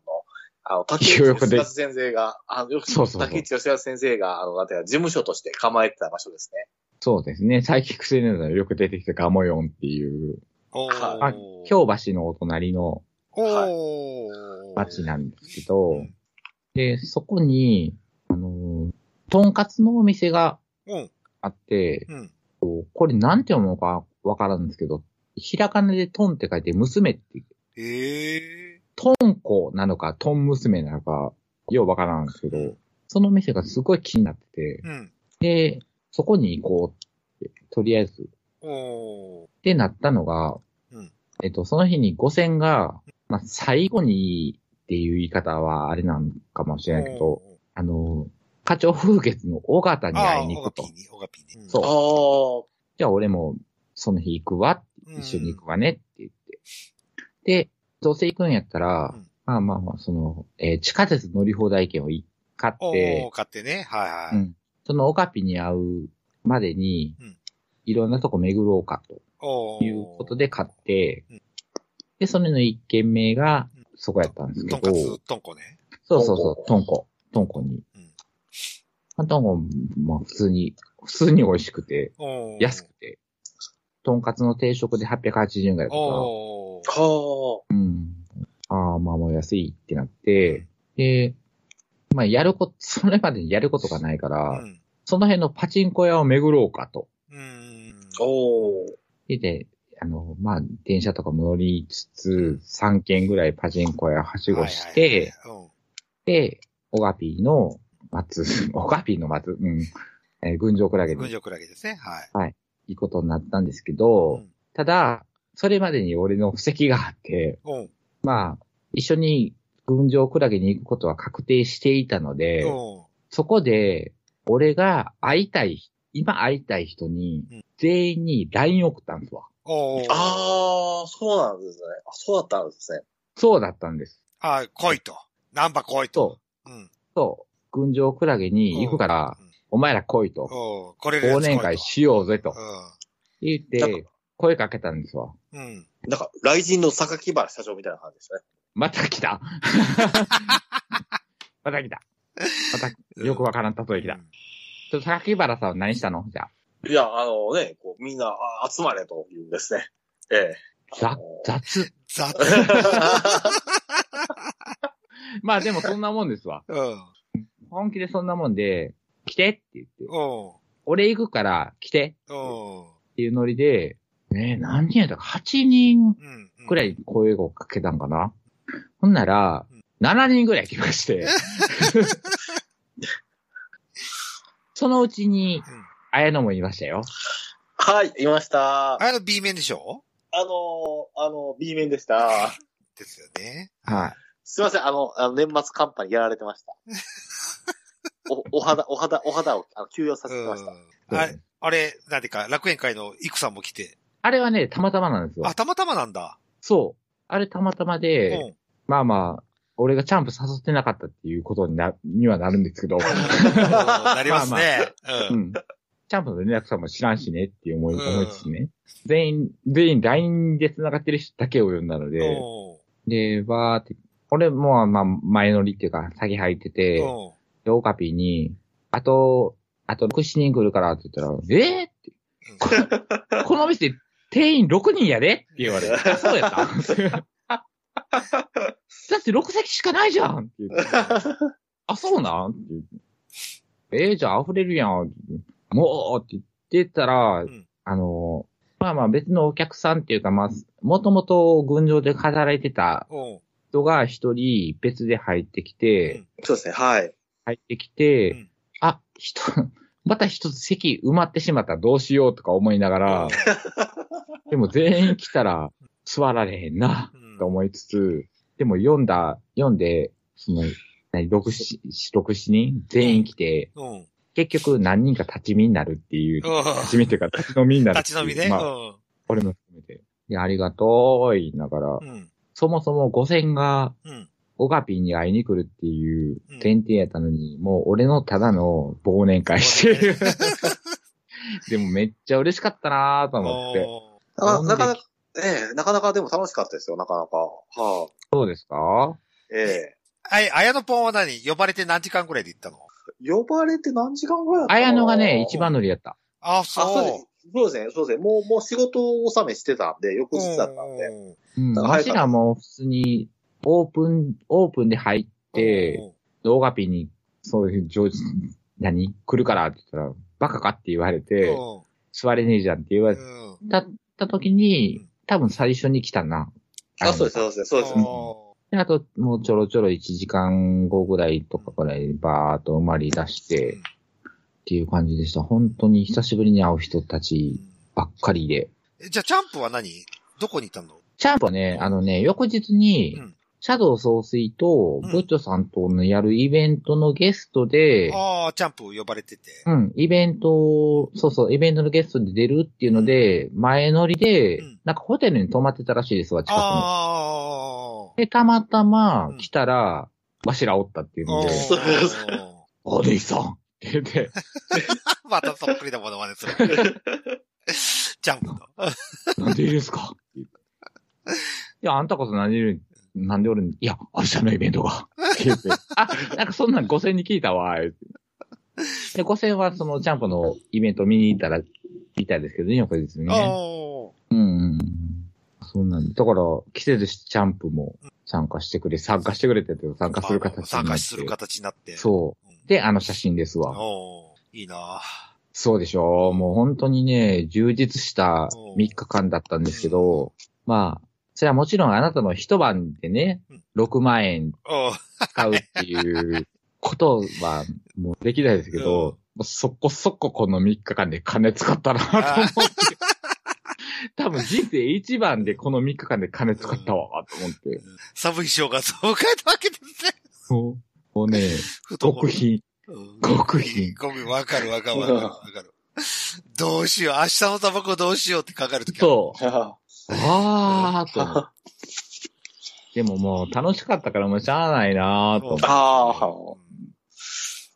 Speaker 3: あの、竹内
Speaker 2: よく
Speaker 3: 義
Speaker 2: で
Speaker 3: 和先生が、あの、よく
Speaker 2: そうそうそう
Speaker 3: 竹内義和先生が、あの、なんていうか事務所として構えてた場所ですね。
Speaker 2: そうですね。最近癖のよく出てきたガモ4っていう、
Speaker 1: お
Speaker 3: は
Speaker 2: あ
Speaker 1: ー。
Speaker 2: 京橋のお隣の
Speaker 1: おー。
Speaker 2: 町なんですけど、
Speaker 1: うん
Speaker 2: で、そこに、あのー、とんかつのお店が
Speaker 1: うん。
Speaker 2: あって、
Speaker 1: うん。
Speaker 2: これなんて読むのかわからんですけど、ひらがなでトンって書いて娘って
Speaker 1: ええ
Speaker 2: トンコなのか、トン娘なのか、ようわからんですけ
Speaker 1: う
Speaker 2: ど
Speaker 1: ん、
Speaker 2: その店がすごい気になってて
Speaker 1: ー。、うん。
Speaker 2: で、そこに行こうって、とりあえず、っ
Speaker 1: おー。
Speaker 2: てなったのが
Speaker 1: うん、
Speaker 2: えっと、その日に五線が、まあ、最後にっていう言い方はあれなんかもしれないけど、
Speaker 1: おー
Speaker 2: あの、課長風月の尾形に
Speaker 1: あ
Speaker 2: 会
Speaker 1: あ、
Speaker 2: いに
Speaker 1: オ
Speaker 2: 行
Speaker 1: ガ
Speaker 2: くと
Speaker 1: ピ。ーに、オガピーに。
Speaker 2: そう
Speaker 3: ああ、
Speaker 2: じゃあ俺も、その日行くわ、
Speaker 1: うん
Speaker 2: 一緒に行くわねって言って。で、どうせ行くんやったら、
Speaker 1: うん
Speaker 2: まあまあまあ、その、えー地下鉄乗り放題券をい買っ
Speaker 1: お
Speaker 2: て
Speaker 1: ー、、買ってね。は
Speaker 2: う
Speaker 1: いはい。
Speaker 2: ん、そのオカピに会うまでに、
Speaker 1: うん
Speaker 2: いろんなとこ巡ろうか
Speaker 1: お
Speaker 2: と
Speaker 1: ー。
Speaker 2: いうことで買って、
Speaker 1: う
Speaker 2: で、それの一軒目が
Speaker 1: うん
Speaker 2: そこやったんですけ
Speaker 1: とん
Speaker 2: ど、
Speaker 1: かつ、とんこね。
Speaker 2: そうそうそう、トンコ、トンコに。
Speaker 1: うん
Speaker 2: まあトンコ、まあ普通に、普通に美味しくて、
Speaker 1: おー。
Speaker 2: 安くて、とんかつの定食で880円ぐらいだったから、
Speaker 1: おー。
Speaker 3: は
Speaker 2: うん。ああ、まあまあ安いってなって、で、まあやること、それまでにやることがないから、
Speaker 1: うん。
Speaker 2: その辺のパチンコ屋を巡ろうかと。
Speaker 1: うん。
Speaker 3: あ、おー
Speaker 2: で、であの、まあ電車とかも乗りつ
Speaker 1: うん
Speaker 2: つ、3軒ぐらいパチンコ屋をはしごし
Speaker 1: はいはい
Speaker 2: て、
Speaker 1: はいはい、うん
Speaker 2: で、オガピーの松、 *laughs* オガピーの松、うん、えー群青クラゲ
Speaker 1: 群
Speaker 2: に
Speaker 1: 青クラゲですね。はい。
Speaker 2: 行くことになったんですけど、
Speaker 1: うん
Speaker 2: ただ、それまでに俺の布石があって、
Speaker 1: うん。
Speaker 2: まあ、一緒に群青クラゲに行くことは確定していたので、
Speaker 1: うん。
Speaker 2: そこで、俺が会いたい、今会いたい人に
Speaker 1: うん、
Speaker 2: 全員に LINE 送ったんですわ。
Speaker 1: おー。
Speaker 3: ああ、そうなんですね。あそうだったんですね。
Speaker 2: そうだったんです。
Speaker 1: あー来いと。ナンバ来いと。う
Speaker 2: と、
Speaker 1: ん。
Speaker 2: そう、群青クラゲに行くから、
Speaker 1: うんうん
Speaker 2: お前ら来いと、
Speaker 1: おーこれ
Speaker 2: 忘年会しようぜと、言っ
Speaker 3: だから
Speaker 2: て、声かけたんですわ。
Speaker 1: うん。うん。
Speaker 3: なんか、雷神の榊原社長みたいな感じですね。
Speaker 2: また来た *laughs* また来た。また、よくわからん例え来た。ちょっと、榊原さんは何したのじゃあ。
Speaker 3: いや、あのね、こう、みんな、あ集まれというんですね。ええ。あ
Speaker 2: ざ
Speaker 3: の、
Speaker 2: 雑。
Speaker 1: 雑。
Speaker 2: まあでもそんなもんですわ。
Speaker 1: うん。
Speaker 2: 本気でそんなもんで、来てって言って、
Speaker 1: お
Speaker 2: 俺行くから来て
Speaker 1: ー。お
Speaker 2: っていうノリで、ねえ、何人やったか、8人
Speaker 1: ー。うん。うん
Speaker 2: くら。い声をかけたんかな。ほんなら
Speaker 1: うん、
Speaker 2: 7人くらい来まして。 *laughs* そのうちに
Speaker 1: うん、
Speaker 2: 綾野もいましたよ。
Speaker 3: はい、いました。
Speaker 1: あれの B 面でしょ
Speaker 3: あのー、あの、B 面でした。
Speaker 1: ですよね。
Speaker 2: はい。
Speaker 3: すいません、あの、あの年末カンパにやられてました。お、お肌、お肌、お肌をあの休養させてました。
Speaker 1: うん。あれ、あれ、なんていうか、楽園会のイクさんも来て。
Speaker 2: あれはね、たまたまなんですよ
Speaker 1: あ、。たまたまなんだ。
Speaker 2: そう。あれたまたま
Speaker 1: う
Speaker 2: で、
Speaker 1: ん。 *laughs*
Speaker 2: まあまあ、俺がチャンプ誘ってなかったっていうことにな、にはなるんですけど、
Speaker 1: なりますね。う。
Speaker 2: うんん。チャンプの連絡さんも知らんしねっていう思い、
Speaker 1: うん
Speaker 2: 思いですね。全員、全員 LINE で繋がってる人だけを呼んだので、
Speaker 1: お
Speaker 2: で、わーって、俺もまあ前乗りっていうか、先入って
Speaker 1: ー。
Speaker 2: て、
Speaker 1: お
Speaker 2: で、オカピーに、あと、あと6、7人来るからって言ったら、えー、って、ここの店、店員6人やでって言わ *laughs* れて、あそうやった。 *laughs* だって6席しかないじゃんって言 *laughs* ってあ、そうなんって言ってえー、じゃあ溢れるやん。もうって言ってたら、
Speaker 1: ん
Speaker 2: あの、まあまあ別のお客さんっていうか、まあ、もともと群青で働いてた
Speaker 1: うん。
Speaker 2: 人が一人別で入ってきて、
Speaker 1: うん
Speaker 3: そうですね、はい。
Speaker 2: 入ってきて、
Speaker 1: うん
Speaker 2: あ、人、 *laughs* また一つ席埋まってしまったらどうしようとか思いながら、でも全員来たら座られへんな、
Speaker 1: うん
Speaker 2: と思いつつ、でも読んだ、読んで、その、何、六七、六七人全員来て、
Speaker 1: うん。
Speaker 2: 結局何人か立ち見になるっていう、立ち見っていうか立ち飲みになるって
Speaker 1: 立
Speaker 2: い
Speaker 1: ち
Speaker 2: う。
Speaker 1: 飲みね。
Speaker 2: まあ、俺も含めて。いや、ありがとう、言いながら、
Speaker 1: うん。うん。
Speaker 2: そもそも五千が
Speaker 1: うん。
Speaker 2: オガピーに会いに来るっていう
Speaker 1: うん
Speaker 2: 前提やったのに、もう俺のただの忘年会してる。 *laughs* でもめっちゃ嬉しかったなぁと思って。
Speaker 1: おー
Speaker 3: なか
Speaker 2: 飲んで
Speaker 3: なかなか、ええなかなかでも楽しかったですよ、なかなか。は
Speaker 2: そうですか
Speaker 3: い。え
Speaker 1: あい、あやのぽんは何呼ばれて何時間ぐらいで行ったの
Speaker 3: え呼ばれて何時間ぐらいだったかな
Speaker 2: 綾野がね、一番乗りやった。
Speaker 1: あ、
Speaker 3: あ、そうです
Speaker 1: そ。
Speaker 3: そうですね、そうですね。もう、もう仕事納めしてたんで、
Speaker 1: う。
Speaker 3: 翌日だったんで。
Speaker 1: うん
Speaker 2: うん。
Speaker 3: だから
Speaker 2: わ
Speaker 3: 早
Speaker 2: し
Speaker 3: かった
Speaker 2: らも普通にオープン、オープンで入って、
Speaker 1: うん
Speaker 2: オガピーにそういう上手、何来るからって言ったら、バカかって言われて、座れねえじゃんって言われて
Speaker 1: うん。
Speaker 2: た時
Speaker 1: う
Speaker 2: に
Speaker 1: ん、
Speaker 2: 多分最初に来たな。
Speaker 3: あ、そうです、そうです、そうです。
Speaker 1: お
Speaker 2: で、あと、もうちょろちょろ1時間後ぐらいとかぐらい、バーっと埋まり出し
Speaker 1: ー
Speaker 2: て、っていう感じでした。本当に久しぶりに会う人た
Speaker 1: う
Speaker 2: ち
Speaker 1: ん
Speaker 2: ばっかりで。
Speaker 1: えじゃあ、チャンプは何どこにいたの
Speaker 2: シャンプはね、あのね、翌日に
Speaker 1: うん、
Speaker 2: シャドウ総帥と、
Speaker 1: うん
Speaker 2: ブッチョさんとのやるイベントのゲストで、
Speaker 1: ああ、チャンプ呼ばれてて。
Speaker 2: うん、イベント、そうそう、イベントのゲストで出るっていうので、前乗りで
Speaker 1: うん、
Speaker 2: なんかホテルに泊まってたらしいですわ、近くの。
Speaker 1: ああ。
Speaker 2: で、たまたま
Speaker 1: うん
Speaker 2: 来たら、わしらおったっていうので、
Speaker 3: そう
Speaker 2: お姉さんって言って、
Speaker 1: またそっくりなものまね
Speaker 2: *laughs*
Speaker 1: する。ジャンプの。
Speaker 2: なんでいいですかいや、あんたこそ何でいる、なんでおるんいや、明日のイベントが。って言って *laughs* あ、なんかそんなん5000に聞いたわ。言うてで、5000はそのチャンプのイベント見に行ったら、みたいですけどね、翌日にね。
Speaker 1: お
Speaker 2: うんうんうん。そうなんだ。だから、季節チャンプも参加してくれ、参加してくれてて、参加する形になって。
Speaker 1: 参加する形になって。
Speaker 2: そうう。
Speaker 1: ん。
Speaker 2: で、あの写真ですわ。
Speaker 1: おーいいな
Speaker 2: そうでしょう。もう本当にね、充実した3日間だったんですけど、まあ、それはもちろんあなたの一晩でね
Speaker 1: うん、
Speaker 2: 6万円
Speaker 1: お
Speaker 2: 使うっていうことはもうできないですけど、
Speaker 1: うん
Speaker 2: もうそこそここの3日間で金使ったなと
Speaker 1: *laughs*
Speaker 2: 思って。多分人生一番でこの3日間で金使ったわ、と思って。
Speaker 1: 寒い正月を迎えたわけですね。
Speaker 2: そうもうね、
Speaker 1: ふと
Speaker 2: 極秘
Speaker 1: うん
Speaker 2: 極秘
Speaker 1: 極秘、わかるわかるわかるわかる。どうしよう、明日のタバコどうしようってかかるとき
Speaker 2: と、
Speaker 3: あ
Speaker 2: あーと思って。 *laughs* でももう楽しかったからもうしゃあないなーと思って。
Speaker 3: あー、 *laughs*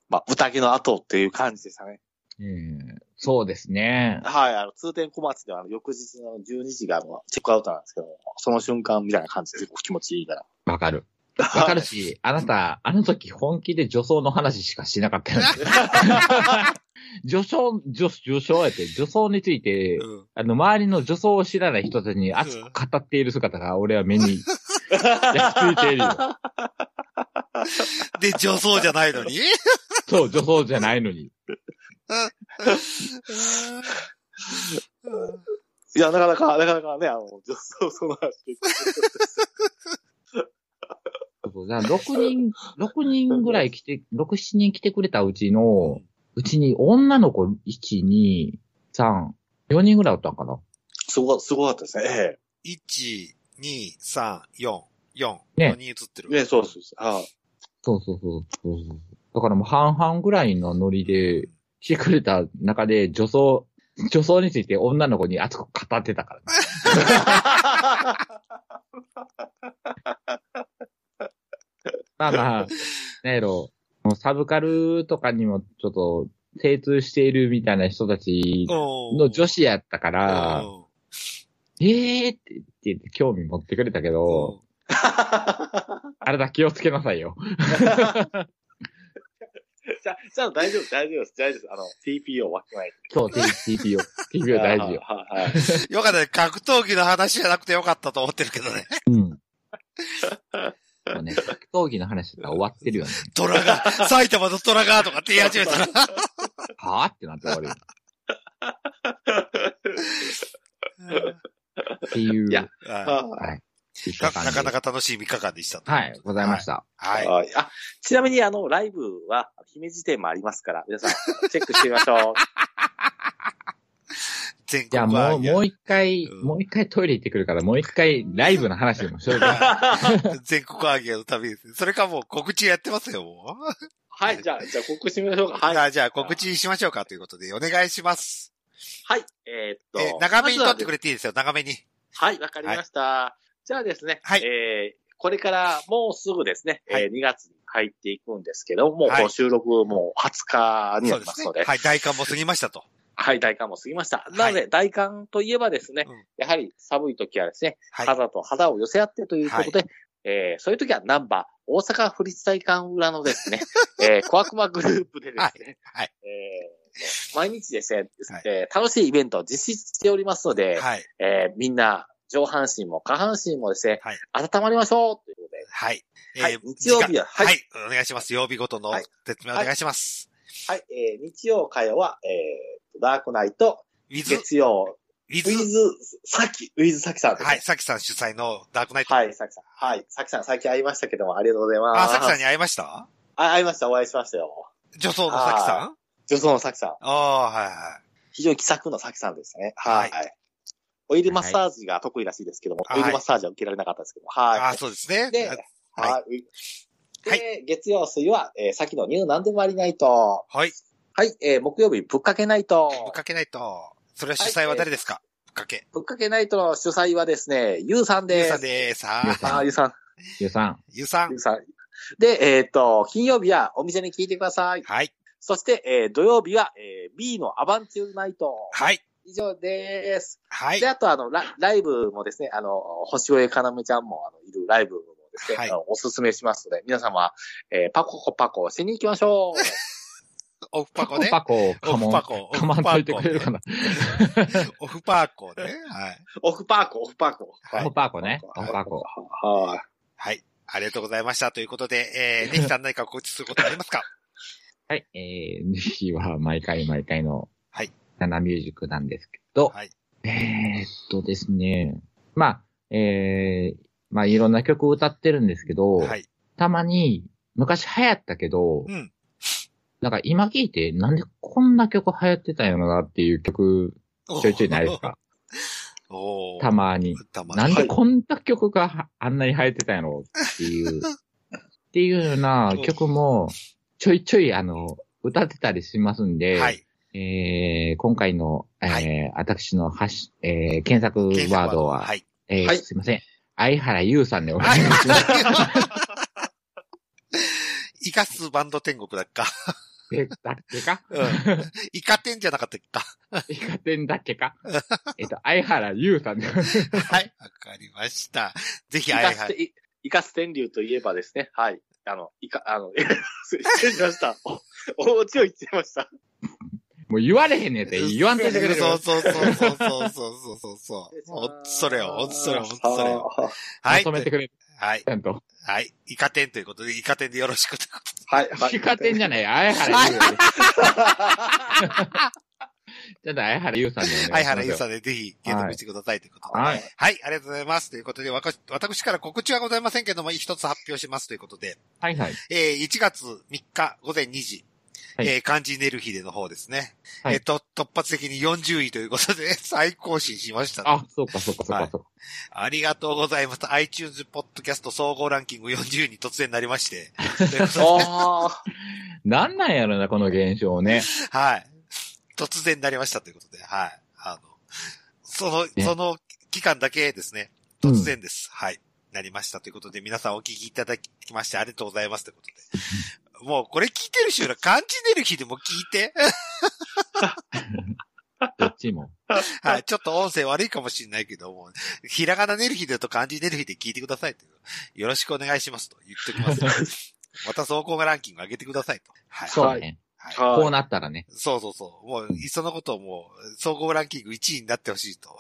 Speaker 3: まあ、宴の後っていう感じでしたね。
Speaker 2: ええそうですね。
Speaker 3: *laughs* はい、あの、通天小松ではあの翌日の12時があのチェックアウトなんですけども、その瞬間みたいな感じです。気持ちいいから。
Speaker 2: わかる。わかるし、あなた、あの時本気で女装の話しかしなかったよね。女装、女、女装やって、女装について、
Speaker 1: うん
Speaker 2: あの、周りの女装を知らない人たちに熱く語っている姿が、俺は目に焼き付いているよ。
Speaker 1: で、女装じゃないの
Speaker 2: *laughs*
Speaker 1: に
Speaker 2: そう、女装じゃないのに。
Speaker 1: うん
Speaker 3: いや、なかなか、 *laughs* なかなかね、あの、女装その話で。
Speaker 2: そうだから6人、六人ぐらい来て、6、7人来てくれたうちの、うちに女の子1、2、3、4人ぐらいおったんかな。
Speaker 3: すご、すごかったですね。え
Speaker 1: 1、2、3、4、4。
Speaker 2: ね
Speaker 1: 4人映って
Speaker 3: *laughs*
Speaker 1: る。
Speaker 3: え。ね、そうそうそう。はい。
Speaker 2: そうそうそうそうそう。だからもう半々ぐらいのノリで、来てくれた中で女装、女装について女の子に熱く語ってたから、ね。まあまあ、なんやろ、もうサブカルとかにもちょっと精通しているみたいな人たちの
Speaker 1: の
Speaker 2: 女子やったから、ええーって言って興味持ってくれたけど、あれだ気をつけなさいよ。
Speaker 3: じゃあ、じゃあ大丈夫、大丈夫です、大丈夫です。あの、TPO わきまえて。
Speaker 2: そう、TPO。TPO 大事よ。
Speaker 3: はい。はい。
Speaker 1: よかったね。格闘技の話じゃなくてよかったと思ってるけどね。 *laughs*
Speaker 2: うん。もうね、格闘技の話だったら終わってるよね。
Speaker 1: トラガー、 *laughs* 埼玉のトラガーとかって言い始め
Speaker 3: *laughs*
Speaker 1: たら。
Speaker 2: はぁってなって終わるよ。
Speaker 1: う
Speaker 2: っていう。
Speaker 3: いや
Speaker 1: は
Speaker 3: あ
Speaker 2: はい。
Speaker 1: いななかなか楽しい3日間でした。
Speaker 2: はい、ございました。
Speaker 1: はい。はい。
Speaker 3: はいあ、ちなみにあの、ライブは、姫路店もありますから、皆さん、チェックしてみまし *laughs* ょう。
Speaker 1: 全
Speaker 2: じゃあ
Speaker 1: 国
Speaker 2: も
Speaker 1: は
Speaker 2: う、もう
Speaker 1: い
Speaker 2: 一回、
Speaker 1: うん
Speaker 2: もう一回トイレ行ってくるから、もう一回ライブの話でもしようか。
Speaker 1: や、 *laughs* 全国アーギアの旅ですね。それかもう告知やってますよ、もう。
Speaker 3: はい、じゃあ、じゃあ、告知してみましょうか。はい。
Speaker 1: はい。じゃあ告知しましょうかということで、お願いします。
Speaker 3: はい、えーっと。
Speaker 1: え、長めに撮ってく
Speaker 3: れ。
Speaker 1: れていいですよ、長めに。
Speaker 3: はい、わかりました。じゃあですね、
Speaker 1: はい
Speaker 3: えーこれからもうすぐですね、
Speaker 1: は
Speaker 3: えー2月に入っていくんですけども、もう
Speaker 1: はい
Speaker 3: この収録もう20日になりますので、
Speaker 1: はい、大寒も過ぎましたと。
Speaker 3: はい、大寒も過ぎました。なので、大寒といえばですね、
Speaker 1: うん
Speaker 3: やはり寒い時はですね、
Speaker 1: はい。
Speaker 3: 肌と肌を寄せ合ってということで、えーそういう時はナンバー、大阪府立体館裏ので
Speaker 1: *laughs*
Speaker 3: すね、えー、小悪魔グループでですね、
Speaker 1: はい
Speaker 3: えー毎日ですね、
Speaker 1: はい
Speaker 3: えー楽しいイベントを実施しておりますので、
Speaker 1: はい。
Speaker 3: えーみんな上半身も下半身もですね、
Speaker 1: はい
Speaker 3: 温まりましょうということで、
Speaker 1: はい。
Speaker 3: はい日曜日は
Speaker 1: は、
Speaker 3: はいい
Speaker 1: お願いします。曜日ごとの
Speaker 3: はい
Speaker 1: 説明お願いします。
Speaker 3: はい、えー日曜火曜は、えーダークナイト、
Speaker 1: ウィズ、ウ
Speaker 3: 月曜、
Speaker 1: ィ
Speaker 3: ウィ
Speaker 1: ズ、
Speaker 3: ズ、サキ、ウィズサキさんですね
Speaker 1: はい、さきさん主催のダークナイト。
Speaker 3: はい、サキさん。はい、サキさん、最近会いましたけども、ありがとうございます。
Speaker 1: あ、さきさんに会いました
Speaker 3: あ会いました、お会いしましたよ。
Speaker 1: 女装のさきさん
Speaker 3: 女装のサキさん。
Speaker 1: ああー、はいは
Speaker 3: 非常に気さくのサキさんでしたね。はい。
Speaker 1: は
Speaker 3: オイルマッサージが得意らしいですけども、
Speaker 1: はい
Speaker 3: オイルマッサージは受けられなかったですけども、
Speaker 1: い。あ
Speaker 3: は
Speaker 1: あ、そうですね
Speaker 3: い。。で、
Speaker 1: はい
Speaker 3: はい。
Speaker 1: は
Speaker 3: で、月曜、水曜は、えー、さっきのニュー何でもありないと。
Speaker 1: はい。
Speaker 3: はい、えー、木曜日、ぶっかけナイト。
Speaker 1: ぶっかけないと。それは主催は誰ですかぶっかけ。
Speaker 3: ぶっかけナイトの主催はですね、ゆうさん
Speaker 1: ゆ
Speaker 3: で
Speaker 1: う
Speaker 3: す。
Speaker 1: さんです。
Speaker 2: ゆ
Speaker 1: は
Speaker 2: う
Speaker 1: い
Speaker 2: さん
Speaker 3: あーゆ
Speaker 2: ゆう
Speaker 3: うさん、
Speaker 2: さん。
Speaker 1: ゆうさん
Speaker 3: ゆ。うさん。で、えっ、と、金曜日はお店に聞いてください。
Speaker 1: はい。
Speaker 3: そして、えー、土曜日は、えー、B のアバンチュールナイト。
Speaker 1: はい。
Speaker 3: 以上です。
Speaker 1: はい
Speaker 3: で、。あと、あの、ラライブもですね、あの、星越かなめちゃんも、あの、いるライブもですね、
Speaker 1: はい
Speaker 3: あのおすすめしますので、皆様、えー、パココパコしに行きましょう。
Speaker 1: オフパ
Speaker 2: パ
Speaker 1: コ
Speaker 2: コ
Speaker 1: ね。
Speaker 2: パコ、
Speaker 1: オ
Speaker 2: カ
Speaker 1: フ
Speaker 2: モン
Speaker 1: パ。コ。
Speaker 2: かまんといてくれるかな。
Speaker 1: *laughs* オフパコね。はい。
Speaker 3: オフパーコ、オフパーコ。
Speaker 1: パコ
Speaker 2: オフパコね。オフパコ。
Speaker 3: はい。
Speaker 1: はい。ありがとうございました。ということ
Speaker 3: *laughs*
Speaker 1: で、えー、ネヒさん何か告知することありますか
Speaker 2: はい、えー、日は毎回毎回の、
Speaker 1: はい。
Speaker 2: ナナミュージックなんですけど、
Speaker 1: はい。
Speaker 2: えーっとですね、まあ、えー、まあいろんな曲を歌ってるんですけど、
Speaker 1: はい。
Speaker 2: たまに、昔流行ったけど、
Speaker 1: うん。
Speaker 2: なんか今聞いて、なんでこんな曲流行ってたんやろなっていう曲、ちょいちょいない *laughs* ですか
Speaker 1: おー
Speaker 2: たまに。
Speaker 1: たまに。
Speaker 2: なんでこんな曲がはあんなに流行ってたんやろっていう、っていうような曲も、ちょいちょいあの、歌ってたりしますんで、
Speaker 1: はい。
Speaker 2: えー今回の、えー
Speaker 1: は
Speaker 2: 私のハッシュ、えー検索ワードは、
Speaker 1: はい。
Speaker 2: えー
Speaker 3: はい
Speaker 2: すいません。相原優さんでお願いします。
Speaker 1: イカスバンド天国だっか。
Speaker 2: えだっけか
Speaker 1: うん。イカ天じゃなかったっけか。
Speaker 2: イカ天だっけかえっと、相原優さんで。
Speaker 1: はい。わかりました。ぜひ、
Speaker 3: イ
Speaker 1: あ
Speaker 3: カ
Speaker 1: や
Speaker 3: ス
Speaker 1: は
Speaker 3: テ
Speaker 1: り。
Speaker 3: イイカス天竜といえばですね、はい。あの、イカ、 *laughs* あの、失礼しました。お、おちを言っちゃいました。
Speaker 2: もう言われへんねんって言わんといてくれる。
Speaker 1: そうそうそうそうそうそうそうそう。ほんとそれよ、ほんとそれよ、ほんとそれよ。
Speaker 3: は
Speaker 1: は
Speaker 2: ま
Speaker 1: い。
Speaker 2: とめてくれる。
Speaker 1: はい。
Speaker 2: ちゃんと。
Speaker 1: はい。イカ天ということで、イカ天でよろしくということで。
Speaker 3: い。
Speaker 2: イカ天じゃない、相原優。ちゃんと相原優さんでお願いします。
Speaker 1: 相原優さんでぜひ検索してくださいということで。
Speaker 2: はい。
Speaker 1: はい、ありがとうございます。ということで、わか私から告知はございませんけども、一つ発表しますということで、
Speaker 2: はいはい。
Speaker 1: えー1月3日午前2時、
Speaker 2: はい
Speaker 1: えー漢字ネルヒデの方ですね。
Speaker 2: はい
Speaker 1: えーと、突発的に40位ということで、 *laughs* 再更新しました。あ
Speaker 2: あ、そうかそうかそうかそうか。
Speaker 1: りがとうございます。iTunes ポッドキャスト総合ランキング40位に突然なりま
Speaker 2: *laughs*
Speaker 1: して。ということで
Speaker 3: おー
Speaker 2: なんなんやろな、この現象ね。
Speaker 1: はい。突然なりましたということで、はい。あの、その、
Speaker 2: ね
Speaker 1: その期間だけですね。突然です。はい。なりましたということで、皆さんお聞きいただきましてありがとうございますということ
Speaker 2: *laughs*
Speaker 1: で。もうこれ聞いてる人ら感じてる日でも聞いて。
Speaker 2: どっちも。
Speaker 1: はい。ちょっと音声悪いかもしれないけども、ひらがなネルヒデと漢字ネルヒデ聞いてくださいという。よろしくお願いしますと言っておきます。また総合ランキング上げてくださいと。はい。
Speaker 2: そうだね。
Speaker 1: はい
Speaker 2: こ
Speaker 3: は
Speaker 2: う
Speaker 3: い。
Speaker 2: なったらね。
Speaker 1: そうそうそう。もう、いっそのことをもう、総合ランキング1位になってほしいと、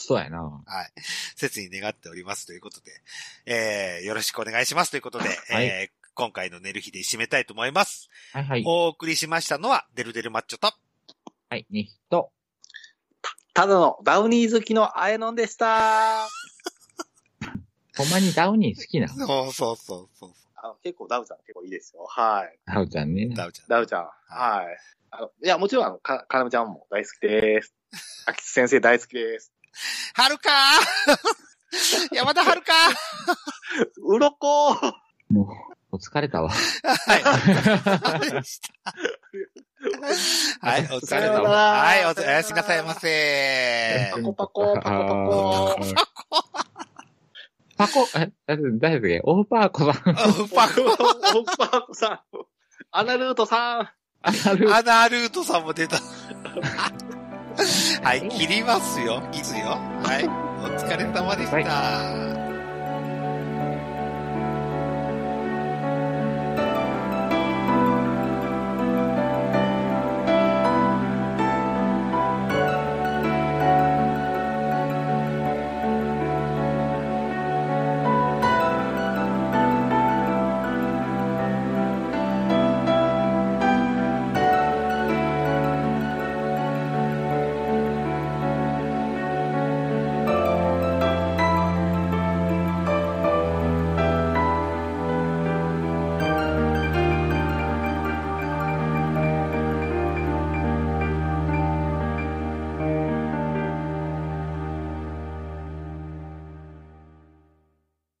Speaker 2: そうやな。
Speaker 1: はい。切に願っておりますということで、えー、よろしくお願いしますということで、
Speaker 2: はい
Speaker 1: えー、今回の寝る日で締めたいと思います。
Speaker 2: はいはい。
Speaker 1: お送りしましたのは、デルデルマッチョと、
Speaker 2: はい、ねひと。
Speaker 3: ただのダウニー好きのあやのんでした。
Speaker 2: ほんまにダウニー好きな。
Speaker 1: そうそうそうそう。
Speaker 3: あの、結構ダウちゃん結構いいですよ。はい。
Speaker 2: ダウちゃんね。
Speaker 1: ダウちゃん。
Speaker 3: ダウちゃん。はい。あの、いや、もちろん、あの、か、かなめちゃんも大好きです。あきつ先生大好きです。
Speaker 1: はるかー *laughs* 山田はるか
Speaker 3: うろこー
Speaker 2: もう、お疲れたわ。 *laughs*
Speaker 1: はい、お疲れ様。
Speaker 3: さようなら
Speaker 1: はい、お疲れおやすみなさいませ
Speaker 3: パ。コパコ、パコパコ。
Speaker 2: パコ、え、だ誰だっけオーパーコ
Speaker 1: *laughs*
Speaker 2: さん。
Speaker 1: おパク、
Speaker 3: おっぱこさん。アナルートさん。
Speaker 2: ある。
Speaker 1: アナルートさんも出た。はい、切りますよ。いつよ。はい、お疲れ様でした。